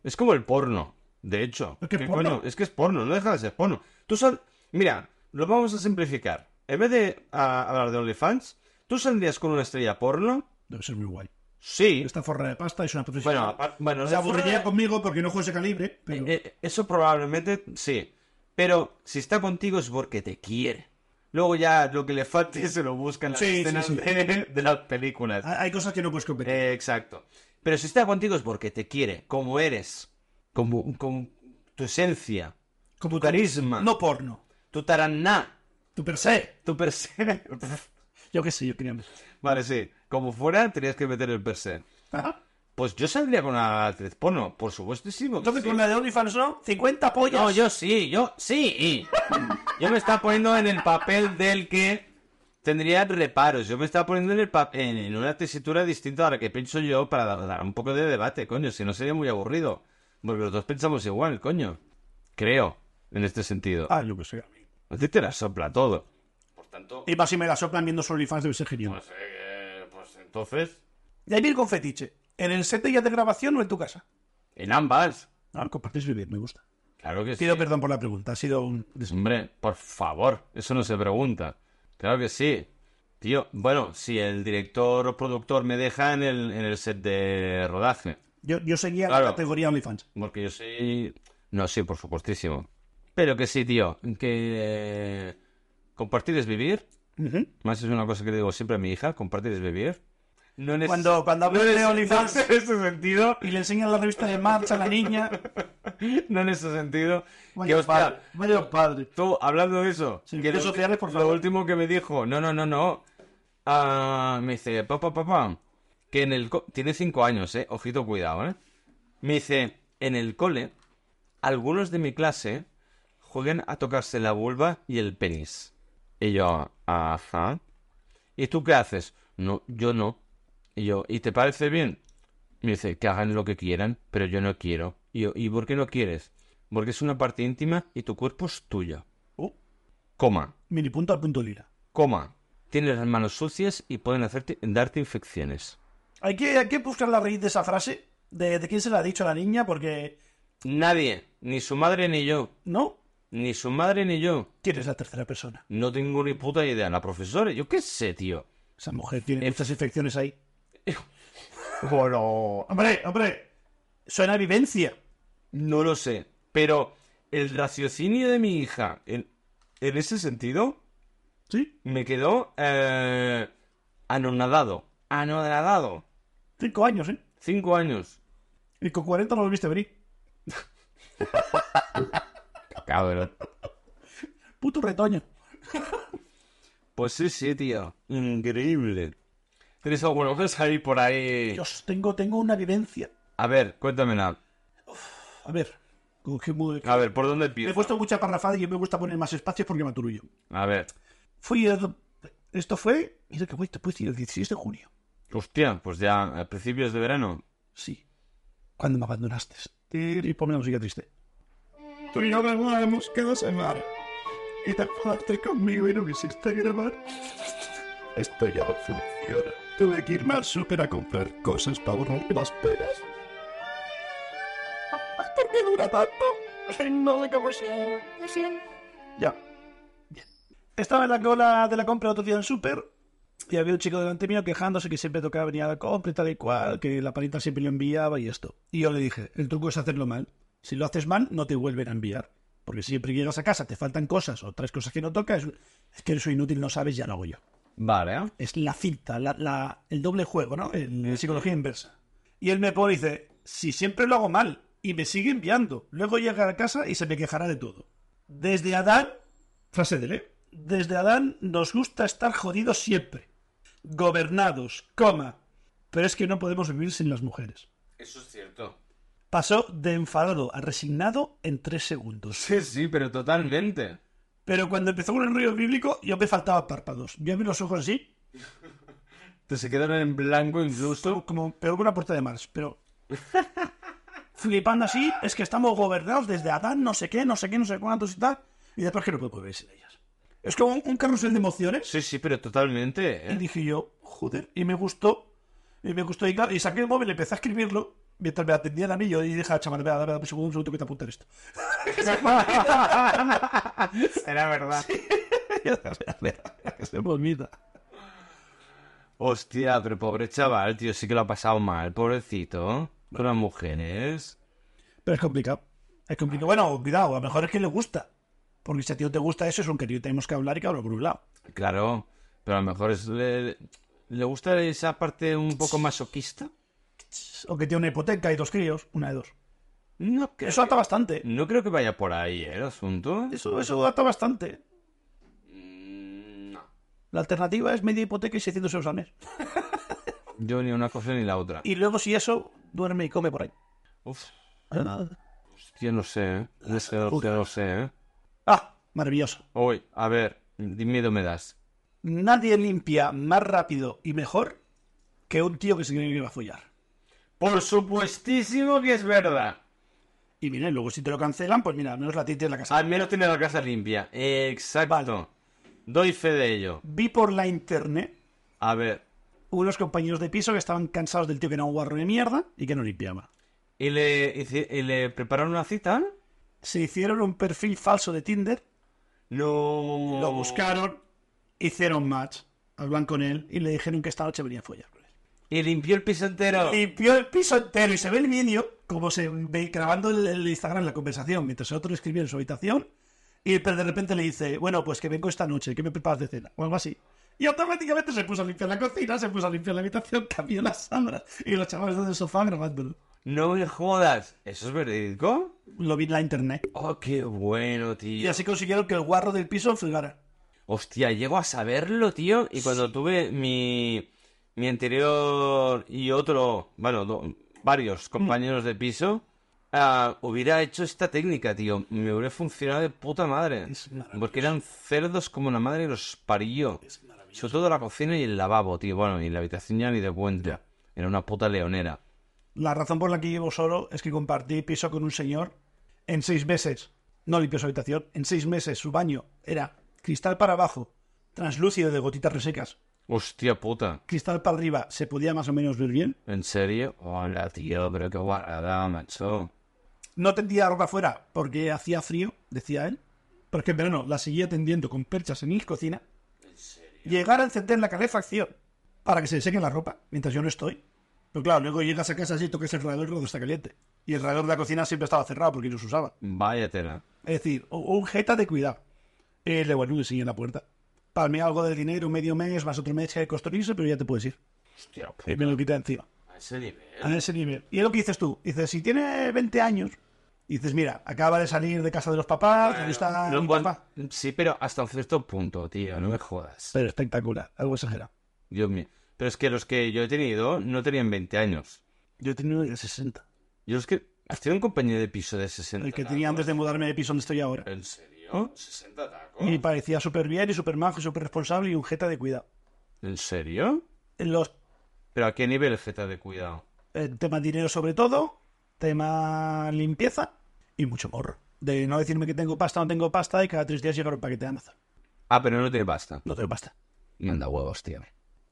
Es como el porno, de hecho.
¿Qué porno?
Es que es porno, no deja de ser porno. Tú sal... Mira, lo vamos a simplificar. En vez de ah, hablar de OnlyFans, ¿tú saldrías con una estrella porno?
Debe ser muy guay.
Sí.
Esta forra de pasta es una
Bueno,
profesional.
apar- bueno,
se
de fuera-
aburriría conmigo porque no juego ese calibre, pero...
Eh, eh, eso probablemente sí. Pero si está contigo es porque te quiere. Luego ya lo que le falte [LAUGHS] se lo busca en las
Sí, sí,
escenas
sí. Ah.
De, de las películas.
hay hay cosas que no puedes competir.
Eh, exacto. Pero si está contigo es porque te quiere, como eres, como, como tu esencia,
Como
tu carisma,
No porno.
tu taraná,
Tu per se.
tu per se. [LAUGHS]
Yo qué sé, yo quería...
vale, sí. Como fuera, tenías que meter el per se.
Ajá.
Pues yo saldría con la actriz porno, por supuestísimo. que
Entonces
sí.
con la de OnlyFans, ¿no? 50 pollas.
No, yo sí, yo sí. Yo me estaba poniendo en el papel del que tendría reparos. Yo me estaba poniendo en el pa- en, en una tesitura distinta a la que pienso yo para dar, dar un poco de debate, coño, si no sería muy aburrido. Porque los dos pensamos igual, coño. Creo, en este sentido.
Ah, yo que sé.
A ti te la sopla todo. Por tanto,
Y más si me la soplan viendo solo OnlyFans debe ser genial.
pues, eh, pues entonces,
Y ahí viene con fetiche. ¿En el set de días de grabación o en tu casa?
en ambas.
Ah, compartís vivir, me gusta.
Claro que sí.
Pido perdón por la pregunta, ha sido un... des-
Hombre, por favor, eso no se pregunta. Claro que sí. Tío, bueno, si el director o productor me deja en el, en el set de rodaje.
Yo, yo seguía
Claro.
la categoría OnlyFans.
Porque yo soy... No, sí, por supuestísimo. Pero que sí, tío. Que eh, compartir es vivir. Más es una cosa que le digo siempre a mi hija. Compartir es vivir. No neces- [LAUGHS]
Cuando, cuando hablas de OnlyFans
en ese sentido,
y le enseñan la revista de marcha a
[LAUGHS]
la niña...
no en ese sentido.
Vaya
que, hostia,
padre, vaya padre.
Tú, hablando de eso,
Sí,
que
redes sociales, por
lo
favor.
último que me dijo, no, no, no, no. Ah, me dice, papá, papá, que en el co- tiene cinco años, eh, ojito, cuidado, eh. Me dice, en el cole, algunos de mi clase juegan a tocarse la vulva y el penis. Y yo, ajá. ¿Y tú qué haces? No, yo no. Y yo, ¿y te parece bien? Me dice, que hagan lo que quieran, pero yo no quiero. Y yo, ¿y por qué no quieres? Porque es una parte íntima y tu cuerpo es tuyo.
Oh,
Coma,
mini punto al punto lila.
coma. Tienes las manos sucias y pueden hacerte, darte infecciones.
Hay que, hay que buscar la raíz de esa frase, de, de quién se la ha dicho a la niña, porque
Nadie, ni su madre ni yo,
no
ni su madre ni yo.
tienes la tercera persona.
No tengo ni puta idea. La profesora, yo qué sé, tío.
Esa mujer tiene
Eh,
estas
[LAUGHS]
infecciones ahí. Bueno, hombre, hombre. Suena a vivencia.
No lo sé. Pero el raciocinio de mi hija, en, en ese sentido,
¿Sí?
me quedó eh, anonadado. Anonadado.
Cinco años, ¿eh?
Cinco años.
Y con 40 no lo viste venir.
Cabrón.
Puto retoño.
Pues sí, sí, tío. Increíble. ¿Tienes alguna cosa ahí por ahí?
Dios, tengo, tengo una vivencia.
A ver, cuéntamela.
A ver, con qué modo-
A ver, ¿por dónde
Me he
empiezo?
puesto mucha parrafada y me gusta poner más espacios porque me aturullo.
A ver.
Fui a... Esto fue... Mira que voy, te puedo decir, el 16 de junio.
Hostia, pues ya a principios de verano.
Sí. Cuando me abandonaste. Y ponme la música triste.
Tú y yo grabábamos cada semana. Y te enfadaste conmigo y no quisiste grabar. Esto ya no funciona. Tuve que irme al súper a comprar cosas para borrarme las penas. ¿Hasta qué dura tanto? No sé cómo se
Ya. Estaba en la cola de la compra el otro día en el súper y había un chico delante mío quejándose que siempre tocaba venir a la compra y tal y cual, que la palita siempre lo enviaba y esto. Y yo le dije, el truco es hacerlo mal. Si lo haces mal, no te vuelven a enviar. Porque siempre que llegas a casa, te faltan cosas o tres cosas que no tocas, es que eres un inútil, no sabes, ya lo hago yo.
Vale, ¿eh?
Es la cinta, la- la- el doble juego, ¿no? En en psicología inversa. Y él me pone y dice, si siempre lo hago mal y me sigue enviando, luego llega a casa y se me quejará de todo. Desde Adán, frase de él, ¿eh? desde Adán nos gusta estar jodidos siempre. Gobernados, coma. Pero es que no podemos vivir sin las mujeres.
Eso es cierto.
Pasó de enfadado a resignado en tres segundos.
Sí, sí, pero totalmente.
Pero cuando empezó con el ruido bíblico, yo me faltaba párpados. Yo abrí los ojos así,
Te se quedaron en blanco incluso.
como, como peor que una puerta de Mars, pero. Flipando así, es que estamos gobernados desde Adán, no sé qué, no sé qué, no sé cuántos y tal. Y después que no puedo moverse de ellas. Es como un, un carrusel de emociones.
Sí, sí, pero totalmente,
Y [LAUGHS]
¿eh?
dije yo, joder, y me gustó. Y me gustó, y claro, y saqué el móvil, empecé a escribirlo. Mientras me atendía a mí, yo y dije, "Ah, chaval, espera, espera, un segundo, un segundo, que te apuntar esto. [LAUGHS]
Era verdad.
que se me olvida.
Hostia, pero pobre chaval, tío, sí que lo ha pasado mal, pobrecito. Con las mujeres.
Pero es complicado. Es complicado. Bueno, cuidado, a lo mejor es que le gusta. Porque si a ti no te gusta eso, es un querido, tenemos que hablar y que hablar por un lado.
Claro, pero a lo mejor es, le, le gusta esa parte un poco masoquista.
O que tiene una hipoteca y dos críos, una de dos.
No creo,
Eso ata bastante.
no creo que vaya por ahí ¿eh? el asunto.
Eso, eso ata bastante.
Mm,
La alternativa es media hipoteca y 600 euros al mes.
Yo ni una cosa ni la otra.
Y luego, si eso, duerme y come por
[LAUGHS]
ahí.
Uf,
Ah,
yo no sé, ¿eh? No sé, no sé, no sé, ¿eh?
maravilloso.
Uy, a ver, miedo me das.
Nadie limpia más rápido y mejor que un tío que se cree que va a follar.
Por supuestísimo que es verdad.
Y mira, y luego si te lo cancelan, pues mira, al menos la tienes en la casa.
Al menos tiene la casa limpia. Exacto. Doy fe de ello.
Vi por la internet
A ver.
unos compañeros de piso que estaban cansados del tío que era un guarro de mierda y que no limpiaba.
¿Y le, hici- y le prepararon una cita?
Se hicieron un perfil falso de Tinder,
No.
lo buscaron, hicieron match, hablan con él y le dijeron que esta noche venía a follar con él.
Y limpió el piso entero.
Limpió el piso entero y se ve el vídeo como se ve grabando el, el Instagram la conversación mientras el otro escribía en su habitación y pero de repente le dice, bueno, pues que vengo esta noche, que me preparas de cena o algo así. Y automáticamente se puso a limpiar la cocina, se puso a limpiar la habitación, [LAUGHS] cambió las sábanas y los chavales desde el sofá grabándolo.
No me jodas. ¿Eso es verídico?
Lo vi en la internet.
Oh, qué bueno,
Y
tío.
así consiguieron que el guarro del piso fregara.
Hostia, llego a saberlo, tío. Y cuando tuve mi. Mi anterior y otro. Bueno, do- varios compañeros de piso. ah, hubiera hecho esta técnica, tío. Me hubiera funcionado de puta madre.
Es maravilloso.
Porque eran cerdos como la madre los parió. Sobre todo la cocina y el lavabo, tío. Bueno, y la habitación ya ni de cuenta. Era una puta leonera.
La razón por la que llevo solo es que compartí piso con un señor en seis meses. No limpió su habitación. En seis meses su baño era cristal para abajo, translúcido de gotitas resecas.
Hostia puta.
Cristal para arriba se podía más o menos ver bien.
¿En serio? Hola, tío, pero qué guarada, macho.
No tendía ropa afuera porque hacía frío, decía él. Pero es que en verano la seguía tendiendo con perchas en mi cocina. Llegar a encender la calefacción para que se seque la ropa mientras yo no estoy. Pero claro, luego llegas a casa así, tocas el radiador y todo está caliente. Y el radiador de la cocina siempre estaba cerrado porque no se usaba.
Vaya tela.
Es decir, o- o un jeta de cuidado. Y le bueno, le enseñé la puerta. Palmé algo del dinero, medio mes, más otro mes que costorizo, pero ya te puedes ir.
Hostia puta.
Y me lo quité encima.
A ese nivel.
A ese nivel. Y es lo que dices tú. Dices, si tiene 20 años, dices, mira, acaba de salir de casa de los papás, ya no está
No,
mi
bueno,
papá.
sí, pero hasta un cierto punto, tío, no me jodas.
Pero espectacular, algo exagerado.
Dios mío. Pero es que los que yo he tenido no tenían 20 años.
Yo he tenido de 60.
Yo es que... ¿Has tenido un compañero de piso de 60?
El que tenía ¿Eh? antes de mudarme de piso donde estoy ahora.
¿En serio? ¿60 tacos?
Y parecía súper bien y súper majo y súper responsable y un jeta de cuidado.
¿En serio?
En los
¿Pero a qué nivel Z de cuidado?
eh, tema dinero sobre todo, tema limpieza y mucho morro. De no decirme que tengo pasta, no tengo pasta y cada tres días llega un paquete de Amazon.
Ah, pero no tiene pasta.
No tengo pasta.
Manda huevos, tío.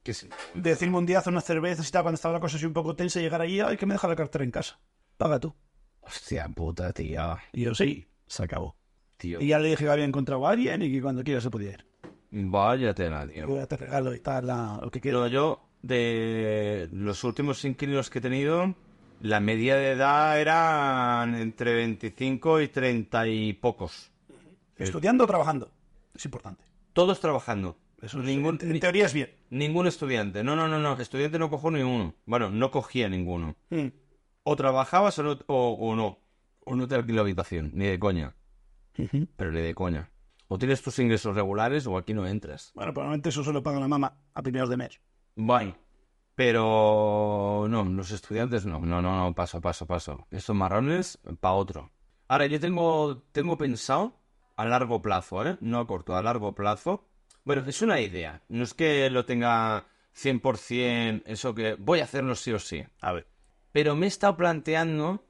¿Qué
De decirme un día hacer una cerveza y tal, cuando estaba la cosa así un poco tensa, llegar allí, ay, que me deja la cartera en casa. Paga tú.
Hostia puta, tío.
Y yo, sí, se acabó.
Tío.
Y ya le dije que había encontrado a alguien y que cuando quiera se podía ir.
Vaya tela, tío.
Yo ya te regalo y tal, la- lo que quiero.
Pero yo, de los últimos inquilinos que he tenido, la media de edad eran entre 25 y 30 y pocos.
Estudiando o trabajando. Es importante.
Todos trabajando.
Eso es-
Ningún-
en, en
ni-
teoría es bien.
Ningún estudiante. No, no, no, no. Estudiante no cojo ninguno. Bueno, no cogía ninguno.
Mm.
O trabajabas o no. O, o no. O no te alquilo habitación. Ni de coña. Pero ni de coña. O tienes tus ingresos regulares o aquí no entras.
Bueno, probablemente eso se lo paga la mamá a primeros de mes.
Bueno. Pero no, los estudiantes no, no, no, no, paso, paso, paso. Estos marrones, para otro. Ahora, yo tengo, tengo pensado a largo plazo, ¿eh? No a corto, a largo plazo. Bueno, es una idea. No es que lo tenga 100% eso que voy a hacerlo sí o sí.
A ver.
Pero me he estado planteando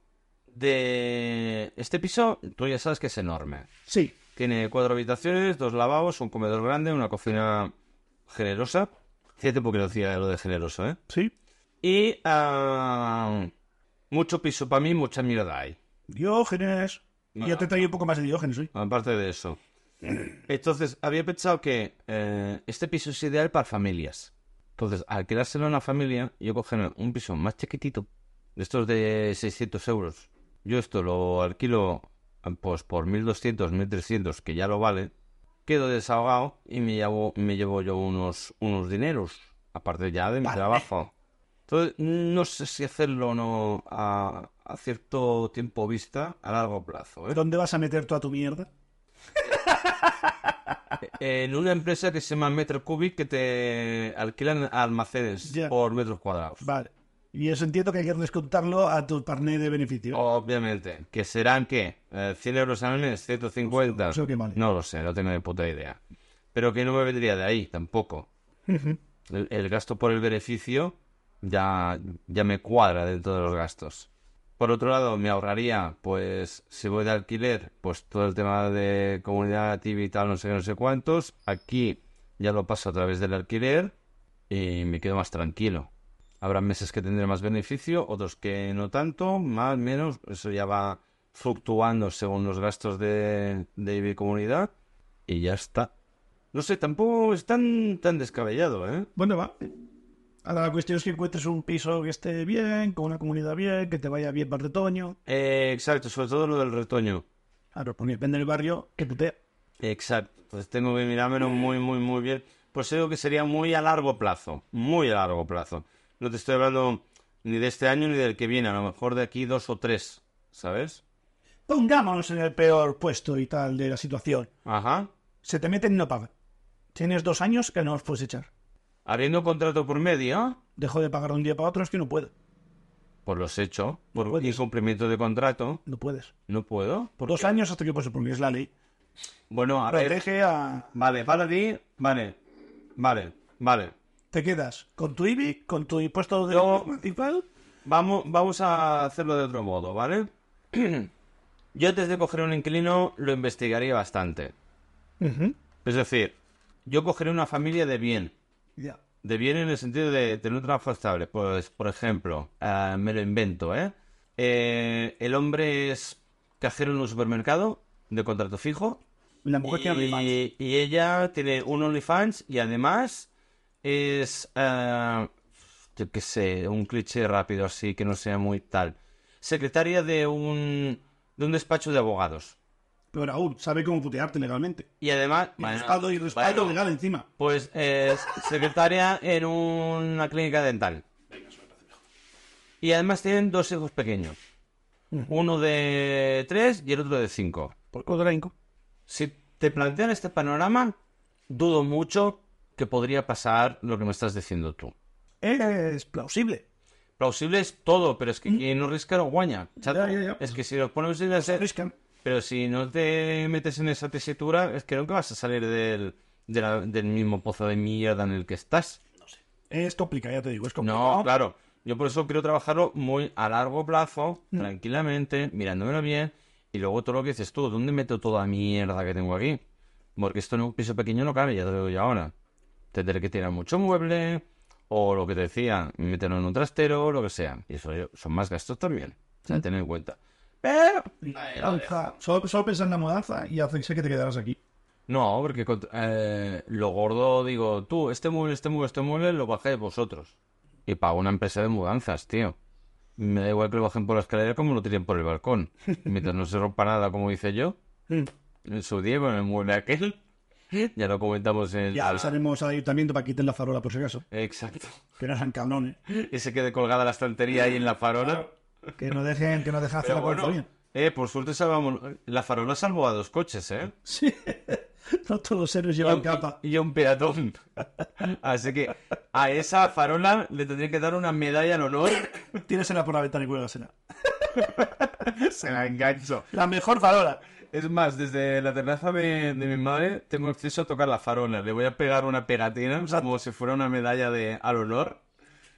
de... Este piso, tú ya sabes que es enorme.
Sí.
Tiene cuatro habitaciones, dos lavabos, un comedor grande, una cocina generosa. Hace tiempo que lo decía lo de generoso, ¿eh?
Sí.
Y ah, mucho piso para mí, mucha mierda hay.
Diógenes.
No,
Yo
no.
te traigo un poco más de Diógenes hoy.
Aparte de eso. Entonces, había pensado que eh, este piso es ideal para familias. Entonces, al quedárselo a una familia, yo coger un piso más chiquitito, de estos de 600 euros. Yo esto lo alquilo pues por 1200, 1300, que ya lo vale. Quedo desahogado y me llevo, me llevo yo unos, unos dineros, aparte ya de mi trabajo. Entonces, no sé si hacerlo o no a, a cierto tiempo vista, a largo plazo. ¿eh?
¿Dónde vas a meter toda tu mierda?
En una empresa que se llama Metro Cubic que te alquilan almacenes
Ya.
por metros cuadrados.
Vale. Y eso entiendo que hay que descontarlo a tu carnet de beneficio.
Oh. Obviamente. ¿Que serán qué? Eh, ¿100 euros al mes? ¿150?
Eso que vale.
No lo sé, no tengo ni puta idea. Pero que no me vendría de ahí tampoco. el, el gasto por el beneficio ya, ya me cuadra dentro de los gastos. Por otro lado, me ahorraría, pues, si voy de alquiler, pues todo el tema de comunidad activa y tal, no sé qué, no sé cuántos. Aquí ya lo paso a través del alquiler y me quedo más tranquilo. Habrá meses que tendré más beneficio, otros que no tanto, más, menos. Eso ya va fluctuando según los gastos de, de mi comunidad y ya está. No sé, tampoco es tan, tan descabellado, ¿eh?
Bueno, va. Ahora la cuestión es que encuentres un piso que esté bien, con una comunidad bien, que te vaya bien para el retoño.
Eh, exacto, sobre todo lo del retoño.
Claro, porque depende del barrio que putea.
Exacto. Entonces tengo que mirármelo muy, muy, muy bien. Pues digo que sería muy a largo plazo. Muy a largo plazo. No te estoy hablando ni de este año ni del que viene. A lo mejor de aquí dos o tres. ¿Sabes?
Pongámonos en el peor puesto y tal de la situación.
Ajá.
Se te meten y no pagan. Tienes dos años que no los puedes echar.
Habiendo contrato por medio,
Dejo de pagar de un día para otro, es que no puedo.
pues los hecho. Por
puedes.
incumplimiento de contrato.
No puedes.
No puedo.
Por dos años hasta que puedes, porque es la ley.
Bueno, a ver.
Protege a...
Vale, para ti. Vale. Vale. Vale.
Te quedas con tu IBI, con tu impuesto de...
Yo-
municipal.
Vamos, vamos a hacerlo de otro modo, ¿vale? [CLEARS THROAT] Yo antes de coger un inquilino lo investigaría bastante.
Ujú.
Es decir, yo cogeré una familia de bien.
Ya.
De bien en el sentido de tener un trabajo estable. Pues, por ejemplo, ah, me lo invento, ¿eh? Eh, El hombre es cajero en un supermercado de contrato fijo.
La mujer tiene OnlyFans.
Y, y ella tiene un OnlyFans y además es, eh, yo qué sé, un cliché rápido así que no sea muy tal. Secretaria de un, de un despacho de abogados.
Pero aún sabe cómo putearte legalmente.
Y además...
Y
bueno,
respaldo y respaldo
bueno,
legal encima.
pues es secretaria en una clínica dental. Y además tienen dos hijos pequeños. Uno de tres y el otro de cinco.
Por contra
Si te plantean este panorama, dudo mucho que podría pasar lo que me estás diciendo tú.
Es plausible.
Plausible es todo, pero es que quien no risca no guaña. chato.
Mm. Ya, ya, ya.
Es que si lo ponemos en ese-
Riscan.
Pero si no te metes en esa tesitura, es que nunca vas a salir del, de la- del mismo pozo de mierda en el que estás.
Es complicado, ya te digo, es complicado.
No, claro. Yo por eso quiero trabajarlo muy a largo plazo,
Mm.
tranquilamente, mirándomelo bien. Y luego todo lo que dices tú, ¿dónde meto toda la mierda que tengo aquí? Porque esto en un piso pequeño no cabe, ya te lo digo yo ahora. Tendré que tirar mucho mueble, o lo que te decía, meterlo en un trastero, lo que sea. Y eso son más gastos también, o
Mm.
sea, tener en cuenta. Pero...
Alza. Solo, solo pensar en la mudanza y hacerse que te quedaras aquí.
No, porque cont- eh, lo gordo, digo, tú, este mueble, este mueble, este mueble, lo bajé vosotros. Y pago una empresa de mudanzas, tío. Me da igual que lo bajen por la escalera como lo tiren por el [LAUGHS] balcón. Mientras no se rompa nada, como hice yo, en su día con el mueble [LAUGHS] aquel. Ya lo comentamos en...
Ya
la-
avisaremos al ayuntamiento para que quiten la farola por si acaso.
Exacto.
Que no sean cabrones.
Y se quede colgada la estantería ahí en la farola.
Que no dejen, que no dejen hacer
Pero
la cosa
bueno,
bien.
eh, por suerte salvamos... La farola salvó a dos coches, ¿eh?
Sí. [LAUGHS] No todos los héroes llevan capa.
y un peatón. [LAUGHS] Así que a esa farola le tendría que dar una medalla en honor.
Tíresela por la ventana y cuélgasela.
[LAUGHS] Se la engancho.
La mejor farola.
Es más, desde la terraza de, de mi madre tengo acceso a tocar la farola. Le voy a pegar una pegatina como si fuera una medalla de al honor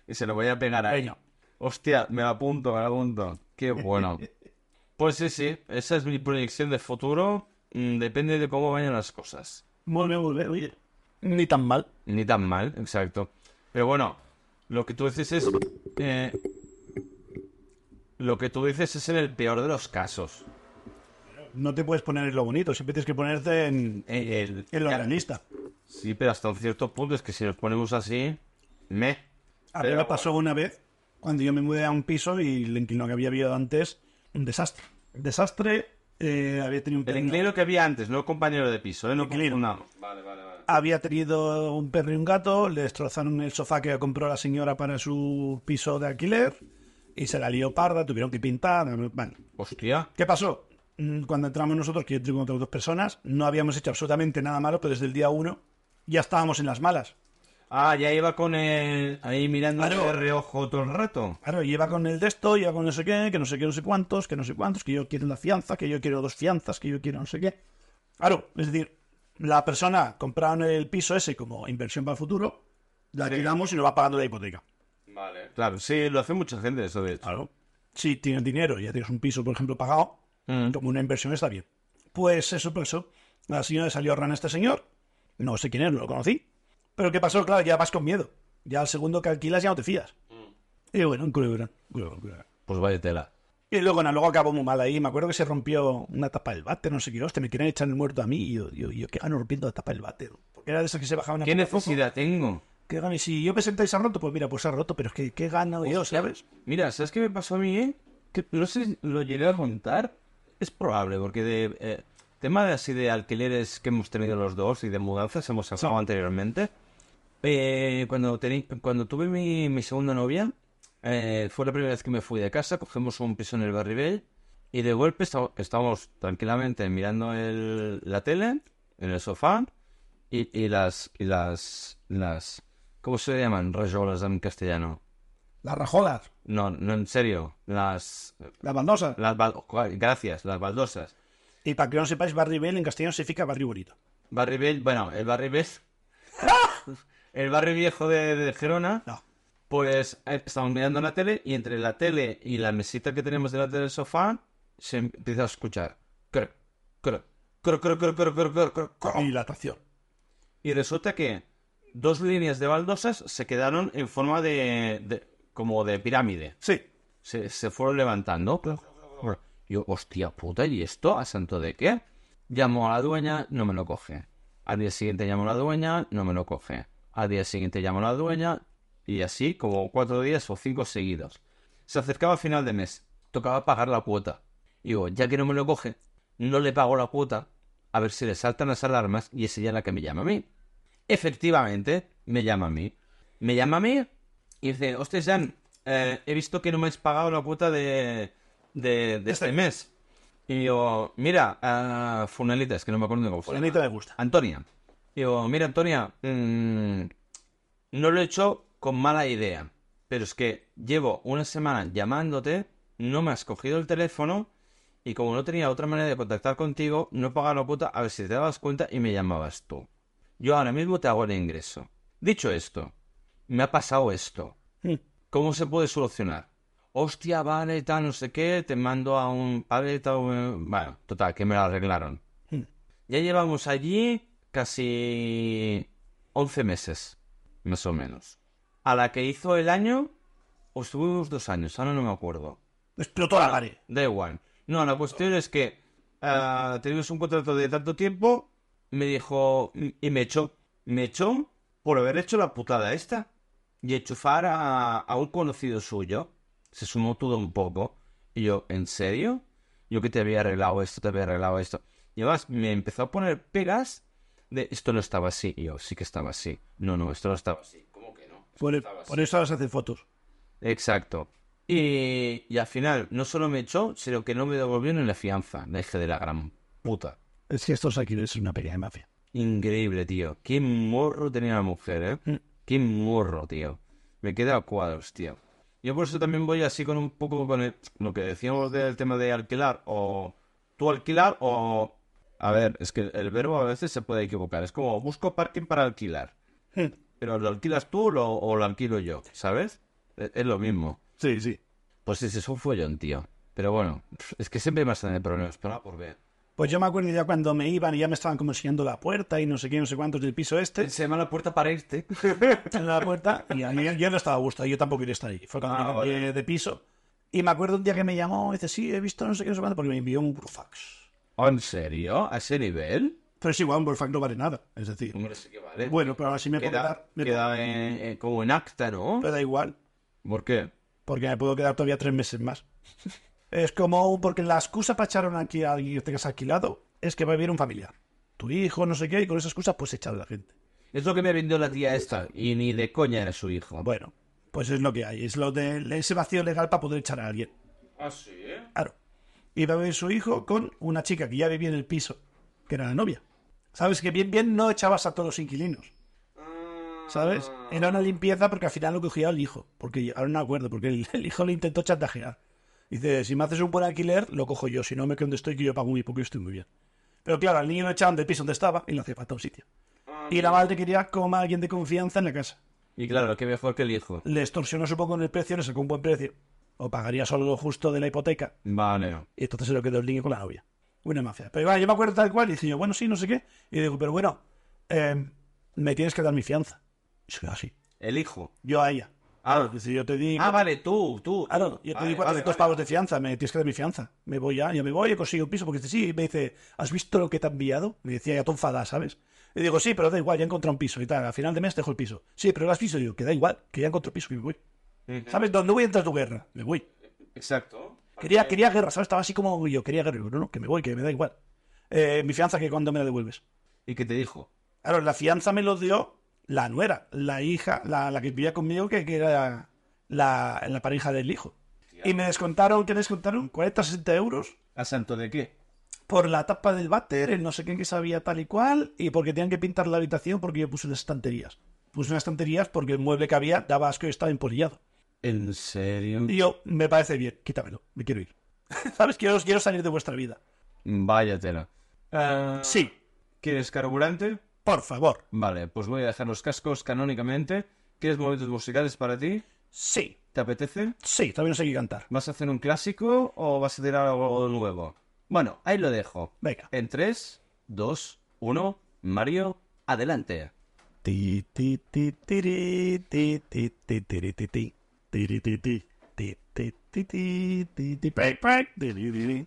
y se la voy a pegar a ella. Hostia, me la apunto, me la apunto. Qué bueno. Pues sí, sí, esa es mi proyección de futuro. Mm, Depende de cómo vayan las cosas.
Muy bien, muy bien, oye. Ni tan mal.
Ni tan mal, exacto. Pero bueno, lo que tú dices es. eh, lo que tú dices es en el peor de los casos.
No te puedes poner en lo bonito, siempre tienes que ponerte en,
Eh, El-
en lo realista.
sí, pero hasta un cierto punto es que si nos ponemos así. Me.
A mí me pasó una vez cuando yo me mudé a un piso y el inquilino que había habido antes, un desastre. Desastre, eh, había tenido un
El
perro.
inglés que había antes, no el compañero de piso, ¿eh? No
Inquilino.
confundamos.
Había tenido un perro y un gato, le destrozaron el sofá que compró la señora para su piso de alquiler y se la lió parda, tuvieron que pintar. Bueno,
Hostia.
¿Qué pasó? Mm, Cuando entramos nosotros, que yo entré con otras dos personas, no habíamos hecho absolutamente nada malo, pero desde el día uno ya estábamos en las malas.
Ah, ya iba con el. Ahí mirando
Claro.
de reojo todo el rato.
Claro, lleva con el de esto, lleva con no sé qué, que no sé qué, no sé cuántos, que no sé cuántos, que yo quiero una fianza, que yo quiero dos fianzas, que yo quiero no sé qué. Claro, es decir, la persona compraron el piso ese como inversión para el futuro, la alquilamos y nos va pagando la hipoteca. Ah.
Vale. Claro, sí, lo hace mucha gente eso, de hecho.
Claro. si tienes dinero, ya tienes un piso, por ejemplo, pagado, como una inversión está bien. Pues eso pasó. La señora le salió rana a este señor. No sé quién es, no lo conocí. Pero ¿qué pasó? Claro, ya vas con miedo. Ya al segundo que alquilas ya no te fías. Y bueno, en Culebra. Culebra, Culebra.
Pues vaya tela.
Y luego, nada, luego acabó muy mal ahí. Me acuerdo que se rompió una tapa del váter, no sé qué, hostia, me querían echar el muerto a mí. Y yo, yo, yo ¿qué gano rompiendo la tapa del váter? Porque era de esas que se bajaban a
¿Qué
poco a poco.
necesidad tengo?
¿Qué gano? Y si yo pensé que se ha roto, pues mira, pues se ha roto, pero es que qué gano yo, ¿sabes?
Mira, ¿sabes qué me pasó a mí, eh? Que no sé si lo llegué a contar. Es probable, porque de eh, tema de así de alquileres que hemos tenido los dos y de mudanzas hemos hablado anteriormente. Eh, cuando, teni- cuando tuve mi, mi segunda novia, eh, fue la primera vez que me fui de casa, cogimos un piso en el Barribel y de golpe esta- estábamos tranquilamente mirando el- la tele en el sofá y, y las y las las ¿cómo se llaman? Rayolas en castellano.
Las rajolas,
No, no en serio, las
las bandosas.
las bal- gracias, las baldosas.
Y para que no sepáis, Barry Bell en castellano significa barrio bonito.
Barri Bell, bueno, el Barri Bell. [LAUGHS] el barrio viejo de, de Gerona.
No.
Pues eh, estábamos mirando la tele y entre la tele y la mesita que tenemos delante del sofá se empieza a escuchar. Croc, croc, croc, croc, croc, croc, croc, croc, croc, croc.
Y la atracción.
Y resulta que dos líneas de baldosas se quedaron en forma de. de- como de pirámide.
Sí.
Se, se fueron levantando. Yo, hostia puta, ¿y esto a santo de qué? Llamo a la dueña, no me lo coge. Al día siguiente llamo a la dueña, no me lo coge. Al día siguiente llamo a la dueña y así como cuatro días o cinco seguidos. Se acercaba a final de mes, tocaba pagar la cuota. Digo, ya que no me lo coge, no le pago la cuota, a ver si le saltan las alarmas y es ella la que me llama a mí. Efectivamente, me llama a mí. Me llama a mí y dice, hostia, Jan, eh, he visto que no me has pagado la cuota de, de, de este mes. Y yo, mira, ah, Funelita, es que no me acuerdo de cómo se llama.
Fulanita me gusta.
Antonia. Digo, mira, Antonia, mm, no lo he hecho con mala idea, pero es que llevo una semana llamándote, no me has cogido el teléfono y como no tenía otra manera de contactar contigo, no pagaba la puta a ver si te dabas cuenta y me llamabas tú. Yo ahora mismo te hago el ingreso. Dicho esto, me ha pasado esto.
Mm.
¿Cómo se puede solucionar? Hostia, vale, tal, no sé qué, te mando a un padre, tal, eh, bueno, total, que me lo arreglaron.
Hmm.
Ya llevamos allí casi 11 meses, más o menos. A la que hizo el año, o estuvimos dos años, ahora no me acuerdo.
Explotó la gare.
Da igual. No, la cuestión es que ah, tenemos un contrato de tanto tiempo, me dijo, y me echó. Me echó por haber hecho la putada esta. Y enchufar a, a un conocido suyo. Se sumó todo un poco. Y yo, ¿en serio? Yo que te había arreglado esto, te había arreglado esto. Y además me empezó a poner pegas de esto no estaba así. Y yo, sí que estaba así. No, no, esto no estaba así. ¿Cómo que no?
Por, e- por eso ahora se hacen fotos.
Exacto. Y, y al final, no solo me echó, sino que no me devolvió ni la fianza. La hija de la gran puta.
Es que estos aquí es una pelea de mafia.
Increíble, tío. Qué morro tenía la mujer, ¿eh? Qué morro, tío. Me queda a cuadros, tío. Yo por eso también voy así con un poco con el- lo que decíamos del tema de alquilar o tú alquilar o... A ver, es que el verbo a veces se puede equivocar. Es como busco parking para alquilar. Pero lo alquilas tú o lo, o lo alquilo yo, ¿sabes? Es- es lo mismo.
Sí, sí.
Pues ese es un follón, tío. Pero bueno, es que siempre vas a tener problemas. Pero por ver.
Pues yo me acuerdo ya cuando me iban y ya me estaban como enseñando la puerta y no sé qué, no sé cuántos del piso este.
Se llama la puerta para irte.
en la puerta y a mí yo no estaba a gusto, yo tampoco quería estar ahí. Fue cuando
Ah,
me cambié de piso. Y me acuerdo un día que me llamó y dice, sí, he visto no sé qué, no sé cuánto, porque me envió un Burfax.
¿Oh, ¿En serio? ¿A ese nivel?
Pero es igual, un Burfax no vale nada. Es decir,
Hombre, sí que vale.
bueno, pero ahora sí me puedo
Mm. queda,
quedar. Me
queda en- en- como en acta, ¿no?
me da igual,
¿Por qué?
porque me puedo quedar todavía tres meses más. es como, un- porque la excusa para echar a aquí a alguien que tengas alquilado es que va a vivir un familiar. Tu hijo, no sé qué, y con esa excusa pues echar a la gente.
Es lo que me vendió la tía esta. Y ni de coña era su hijo.
Bueno, pues es lo que hay. Es lo de ese vacío legal para poder echar a alguien.
¿Ah, sí?
Claro. Iba a vivir su hijo con una chica que ya vivía en el piso, que era la novia. ¿Sabes? Que bien, bien no echabas a todos los inquilinos. ¿Sabes? Era una limpieza porque al final lo cogía el hijo. Porque llegaron a un acuerdo, porque el, el hijo le intentó chantajear. Dice, si me haces un buen alquiler, lo cojo yo. Si no, me quedo donde estoy, que yo pago muy poco y estoy muy bien. Pero claro, al niño lo echaban del piso donde estaba y lo hacía falta un sitio. Y la madre quería como a alguien de confianza en la casa.
Y claro, qué mejor que el hijo.
Le extorsionó, supongo, en el precio, le sacó un buen precio. O pagaría solo lo justo de la hipoteca.
Vale.
Y entonces se lo quedó el niño con la novia. Una mafia. Pero igual, yo me acuerdo tal cual. Y dije yo, bueno, sí, no sé qué. Y digo, pero bueno, eh, me tienes que dar mi fianza. Y se quedó así.
El hijo.
Yo a ella.
Ah,
Y si yo te digo...
ah, vale, tú, tú.
Ah, no, no, yo te
Vale,
digo
vale,
dos
vale.
pagos de fianza, me tienes que dar mi fianza. Me voy ya, yo me voy, he conseguido un piso, porque dice, sí, y me dice, ¿has visto lo que te ha enviado? Me decía ya tonfada, ¿sabes? Y digo, sí, pero da igual, ya he encontrado un piso y tal, al final de mes te dejo el piso. Sí, pero lo has visto, y digo, que da igual, que ya encontré piso y me voy.
Ujú.
¿Sabes? ¿Dónde voy a entrar tu guerra? Me voy.
Exacto.
Quería, quería guerra, ¿sabes? Estaba así como yo, quería guerra. Y digo, no, no, que me voy, que me da igual. Eh, mi fianza, que cuando me la devuelves.
¿Y qué te dijo?
Claro, la fianza me lo dio la nuera, la hija, la, la que vivía conmigo, que, que era la, la pareja del hijo. Y me descontaron, ¿qué descontaron? 40, 60 euros
¿A santo de qué?
por la tapa del váter, el no sé qué que sabía tal y cual, y porque tenían que pintar la habitación porque yo puse unas estanterías. Puse unas estanterías porque el mueble que había daba asco y estaba empolillado.
¿En serio?
Y yo, me parece bien, quítamelo, me quiero ir. [LAUGHS] ¿Sabes? Quiero, quiero salir de vuestra vida.
Vaya tela. Ah,
Sí,
¿Quieres carburante?
por favor,
Vale, pues voy a dejar los cascos canónicamente. ¿Quieres momentos musicales para ti?
sí,
¿Te apetece?
sí, todavía no sé qué cantar.
¿Vas a hacer un clásico o vas a tirar algo nuevo? Bueno, ahí lo dejo.
Venga.
En 3, 2, 1, Mario, adelante.
Ti, ti, ti, tiri, ti, ti, ti, tiri, ti, ti. Tiri, ti, ti. Ti, ti, ti, ti, ti, ti, pec, pec. Tiri, ti, ti.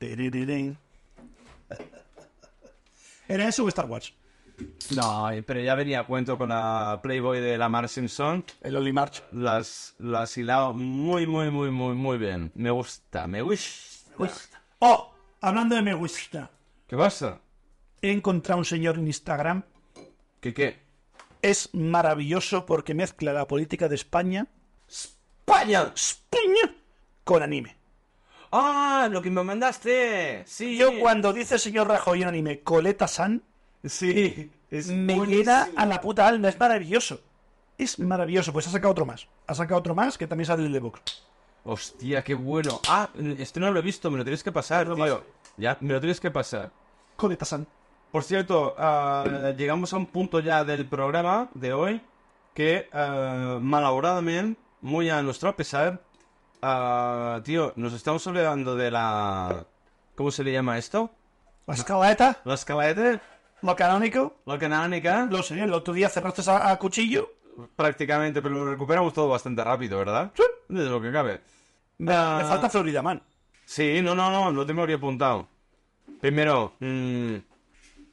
Tiri, ti, ti. [LAUGHS] Era eso o Star Wars.
No, pero ya venía a cuento con la Playboy de Lamar Simpson.
El Only March.
Las, las hilado muy, muy, muy, muy, muy bien. Me gusta, me gusta.
Oh, hablando de me gusta.
¿Qué pasa?
He encontrado un señor en Instagram.
¿Qué qué?
Es maravilloso porque mezcla la política de España,
¡España!
España, con anime.
¡Ah! ¡Lo que me mandaste! Sí,
Yo cuando dice el señor Rajoy en anime, Coleta San,
Sí, es
me
buenísimo.
queda a la puta alma, es maravilloso. Es maravilloso, pues ha sacado otro más. Ha sacado otro más que también sale del de Vox.
Hostia, qué bueno. Ah, este no lo he visto, me lo tienes que pasar, tío. Ya, me lo tienes que pasar.
Coleta-san.
Por cierto, ah, llegamos a un punto ya del programa de hoy que, ah, malauradamente, muy a nuestro pesar, ah, tío, nos estamos olvidando de la... ¿Cómo se le llama esto?
Las calaetas,
La escalete,
lo canónico,
la canónica,
lo sé, el otro día cerraste a, a cuchillo.
prácticamente, pero lo recuperamos todo bastante rápido, ¿verdad? Desde lo que cabe.
Me,
Ah.
me falta Florida Man.
Sí, no, no, no, lo tengo aquí apuntado. Primero, mm,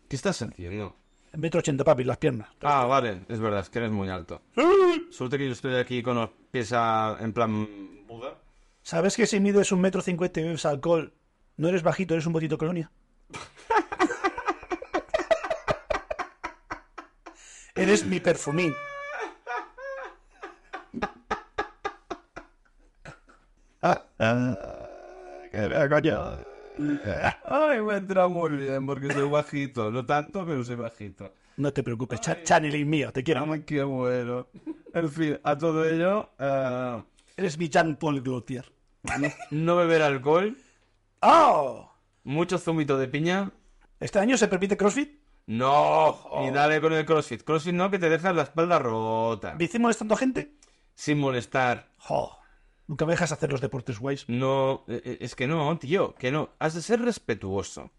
¿qué estás haciendo?
Metro ochenta, papi, las piernas.
Ah, vale, es verdad, es que eres muy alto. Suerte que yo estoy aquí con los pies a- en plan Buda.
¿Sabes que si mides un metro cincuenta y bebes alcohol, no eres bajito, eres un
[LAUGHS]
botito colonia? eres mi perfumín.
Ay, me ha entrado muy bien porque soy bajito. No tanto, pero soy bajito.
No te preocupes, cha- channeling mío, te quiero.
Ay, qué bueno. En fin, a todo ello, eh,
Eres mi Jean-Paul Gaultier.
no beber alcohol,
¡Oh!
mucho zumito de piña.
¿Este año se permite CrossFit?
No, y dale con el crossfit. Crossfit no, que te dejas la espalda rota.
¿Bici molestando a gente?
Sin molestar.
¡Jo! Nunca me dejas hacer los deportes guays.
No, eh, eh, es que no, tío, que no. Has de ser respetuoso.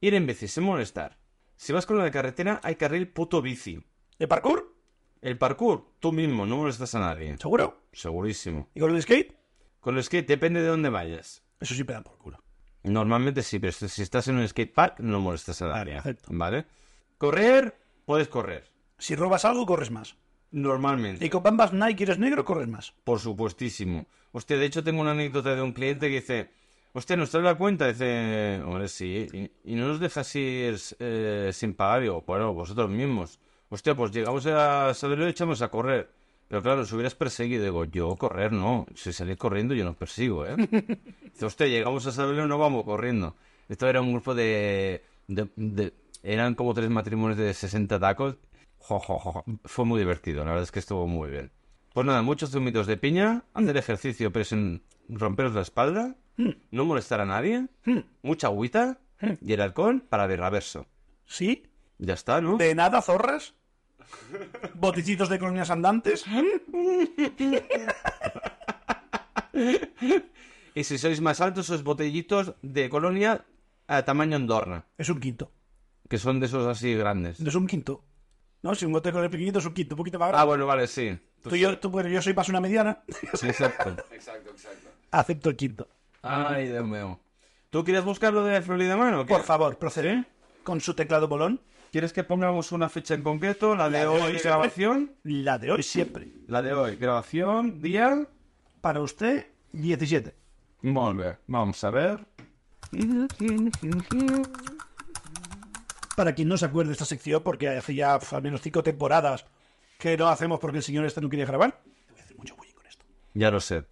Ir en bici sin molestar. Si vas con la carretera, hay carril puto bici.
¿De parkour?
El parkour, tú mismo, no molestas a nadie.
¿Seguro?
Segurísimo.
¿Y con el skate?
Con el skate depende de dónde vayas.
Eso sí me dan por culo.
Normalmente sí, pero si si estás en un skatepark no molestas a
Vale,
nadie.
perfecto.
¿Vale? Correr, puedes correr.
Si robas algo, corres más.
Normalmente.
Y con Bambas Nike eres negro, corres más.
Por supuestísimo. Hostia, de hecho tengo una anécdota de un cliente que dice, hostia, ¿nos traes la cuenta? Dice, hombre, sí. Y, y no nos dejas ir eh, sin pagar. Digo, bueno, vosotros mismos. Hostia, pues llegamos a saberlo y echamos a correr. Pero claro, si hubieras perseguido, digo, yo correr no. Si salís corriendo, yo no os persigo, ¿eh? Dice, hostia, llegamos a saberlo no vamos corriendo. Esto era un grupo de... de- de- eran como tres matrimonios de 60 tacos. Jo, jo, jo, jo. Fue muy divertido, la verdad es que estuvo muy bien. Pues nada, muchos zumitos de piña, hacer ejercicio pero sin romperos la espalda, no molestar a nadie, mucha agüita y el alcohol para el reverso.
¿Sí?
Ya está, ¿no?
¿De nada, zorras? ¿Boticitos de colonias andantes?
Y si sois más altos, sois botellitos de colonia a tamaño Andorra,
Es un quinto.
que son de esos así grandes.
No es un quinto. No, si un gote con el pequeñito es un quinto, un poquito más
Ah, pues
grande.
bueno, vale, sí. Tú-
tú, y yo, tú, bueno, yo soy más una mediana. [LAUGHS]
sí, Exacto.
Acepto el quinto.
Ay, Dios mío. ¿Tú quieres buscar lo de la Florida Man o qué?
Por favor, procede. Con su teclado bolón.
¿Quieres que pongamos una fecha en concreto? La de hoy, grabación.
La de hoy siempre.
La de hoy, grabación, día.
Para usted, 17.
Volver. Vamos a ver.
Para quien no se acuerde de esta sección, porque hace ya pf, al menos cinco temporadas que no hacemos porque el señor este no quería grabar. Te voy a hacer mucho bullying con esto.
Ya lo sé.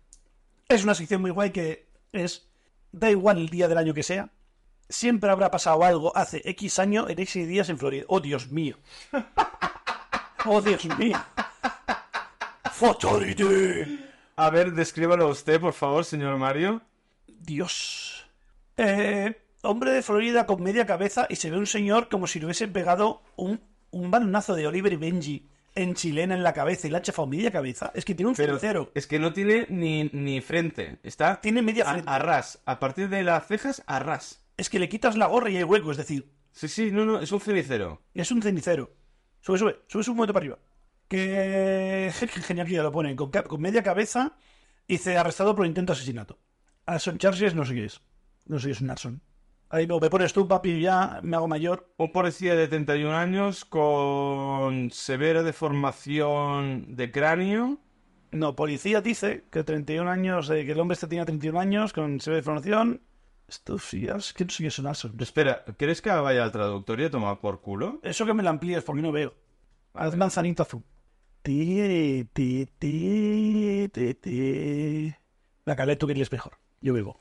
Es una sección muy guay que es, da igual el día del año que sea, siempre habrá pasado algo hace X año en X días en Florida. ¡Oh, Dios mío! ¡Oh, Dios mío! ¡Fatality!
A ver, descríbalo usted, por favor, señor Mario.
Dios. Eh, hombre de Florida con media cabeza y se ve un señor como si le hubiesen pegado un, un balonazo de Oliver y Benji en chilena en la cabeza y le ha chafado media cabeza. Es que tiene un
Pero
cero.
es que no tiene ni, ni frente. Está
Tiene media
a,
frente.
a ras. A partir de las cejas, a ras.
Es que le quitas la gorra y hay hueco, es decir,
Sí, sí, no, no, es un cenicero.
es un cenicero. Sube, sube, sube un momento para arriba. Que que genial que ya lo ponen. Con, ca- con media cabeza dice arrestado por intento de asesinato. Arson Charles no sé qué es. No sé qué es un Arson. Ahí me me pones tú, papi, ya me hago mayor.
Un policía de 31 años con severa deformación de cráneo.
No, policía dice que 31 años, eh, que el hombre este tenía 31 años, con severa deformación. Esto sí, es que no sé qué son asos.
Espera, ¿quieres que vaya al traductor y a tomar por culo?
Eso que me lo amplíes porque no veo. Haz manzanito azul. Ti, ti, ti, ti, ti. La calé, tú que eres mejor. Yo vivo.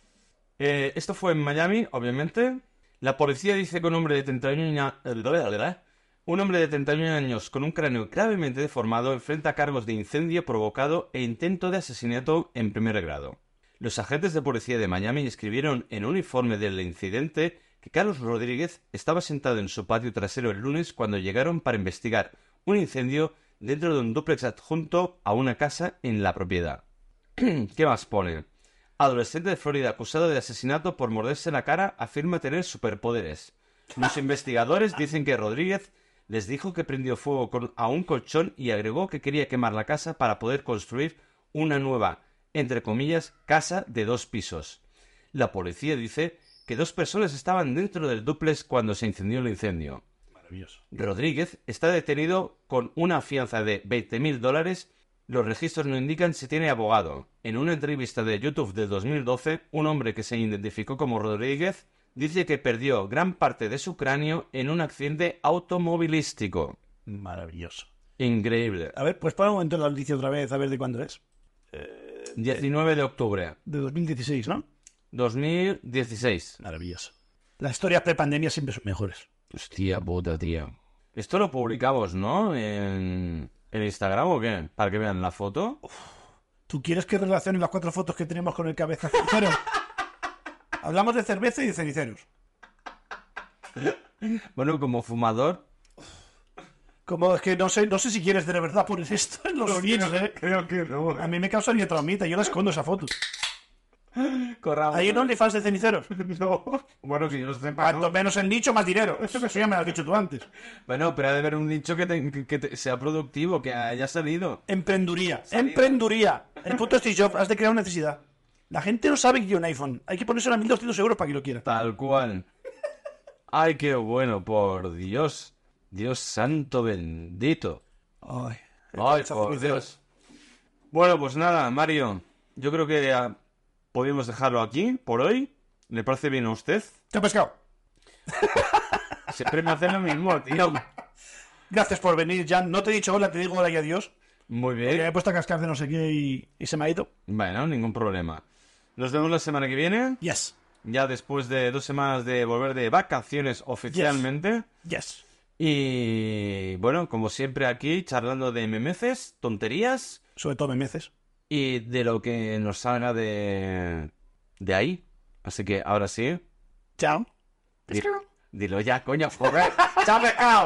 Eh, esto fue en Miami, obviamente. La policía dice que un hombre de 31 años... eh. Un hombre de 31 años con un cráneo gravemente deformado enfrenta cargos de incendio provocado e intento de asesinato en primer grado. Los agentes de policía de Miami escribieron en uniforme del incidente que Carlos Rodríguez estaba sentado en su patio trasero el lunes cuando llegaron para investigar un incendio dentro de un dúplex adjunto a una casa en la propiedad. [CLEARS THROAT] ¿Qué más pone? Adolescente de Florida acusado de asesinato por morderse la cara afirma tener superpoderes. Los investigadores dicen que Rodríguez les dijo que prendió fuego con- a un colchón y agregó que quería quemar la casa para poder construir una nueva, entre comillas, casa de dos pisos. La policía dice que dos personas estaban dentro del duplex cuando se incendió el incendio.
Maravilloso.
Rodríguez está detenido con una fianza de 20.000 dólares. Los registros no indican si tiene abogado. En una entrevista de YouTube de 2012, un hombre que se identificó como Rodríguez dice que perdió gran parte de su cráneo en un accidente automovilístico.
Maravilloso.
Increíble.
A ver, pues para un momento la noticia otra vez, a ver de cuándo es.
19 de octubre
De 2016, ¿no?
2016.
Maravilloso. Las historias prepandemia siempre son mejores.
Hostia puta, tío. Esto lo publicamos, ¿no? ¿En, en Instagram o qué? Para que vean la foto.
¿Tú quieres que relacionen las cuatro fotos que tenemos con el cabeza cenicero?
[LAUGHS]
Hablamos de cerveza y de ceniceros.
Bueno, como fumador,
Como es que no sé, no sé si quieres de verdad poner esto en los vídeos, ¿eh?
Creo que no.
A mí me causa ni traumita, yo la escondo esa foto.
Corramos.
¿Hay un OnlyFans de ceniceros?
[LAUGHS] Bueno, que yo Ah, no sepa.
Cuanto menos el nicho, más dinero. Eso que eso ya me lo has dicho tú antes.
Bueno, pero ha de haber un nicho que, te- que- que te- sea productivo, que haya salido.
Emprenduría. Emprenduría. El punto Steve Jobs, has de crear una necesidad. La gente no sabe que tiene un iPhone. Hay que ponérselo a 1200 euros para que lo quiera.
Tal cual. Ay, qué bueno, por Dios. Dios santo bendito.
Ay.
Ay, por Dios. Bueno, pues nada, Mario. Yo creo que ah, podemos dejarlo aquí por hoy. ¿Le parece bien a usted?
Te he pescado.
Siempre me hace lo mismo, tío.
Gracias por venir, Jan. No te he dicho hola, te digo hola y adiós.
[LAUGHS] Muy bien.
Que me he puesto a cascar de no sé qué y, y se me ha ido.
Bueno, ningún problema. Nos vemos la semana que viene.
Yes.
ya después de dos semanas de volver de vacaciones oficialmente.
Yes.
Y bueno, como siempre aquí, charlando de memeces, tonterías
Sobre todo memeces.
y de lo que nos salga de, de ahí. Así que ahora sí,
Chao.
di- dilo ya, coño, joder. ¡Chao, pescado!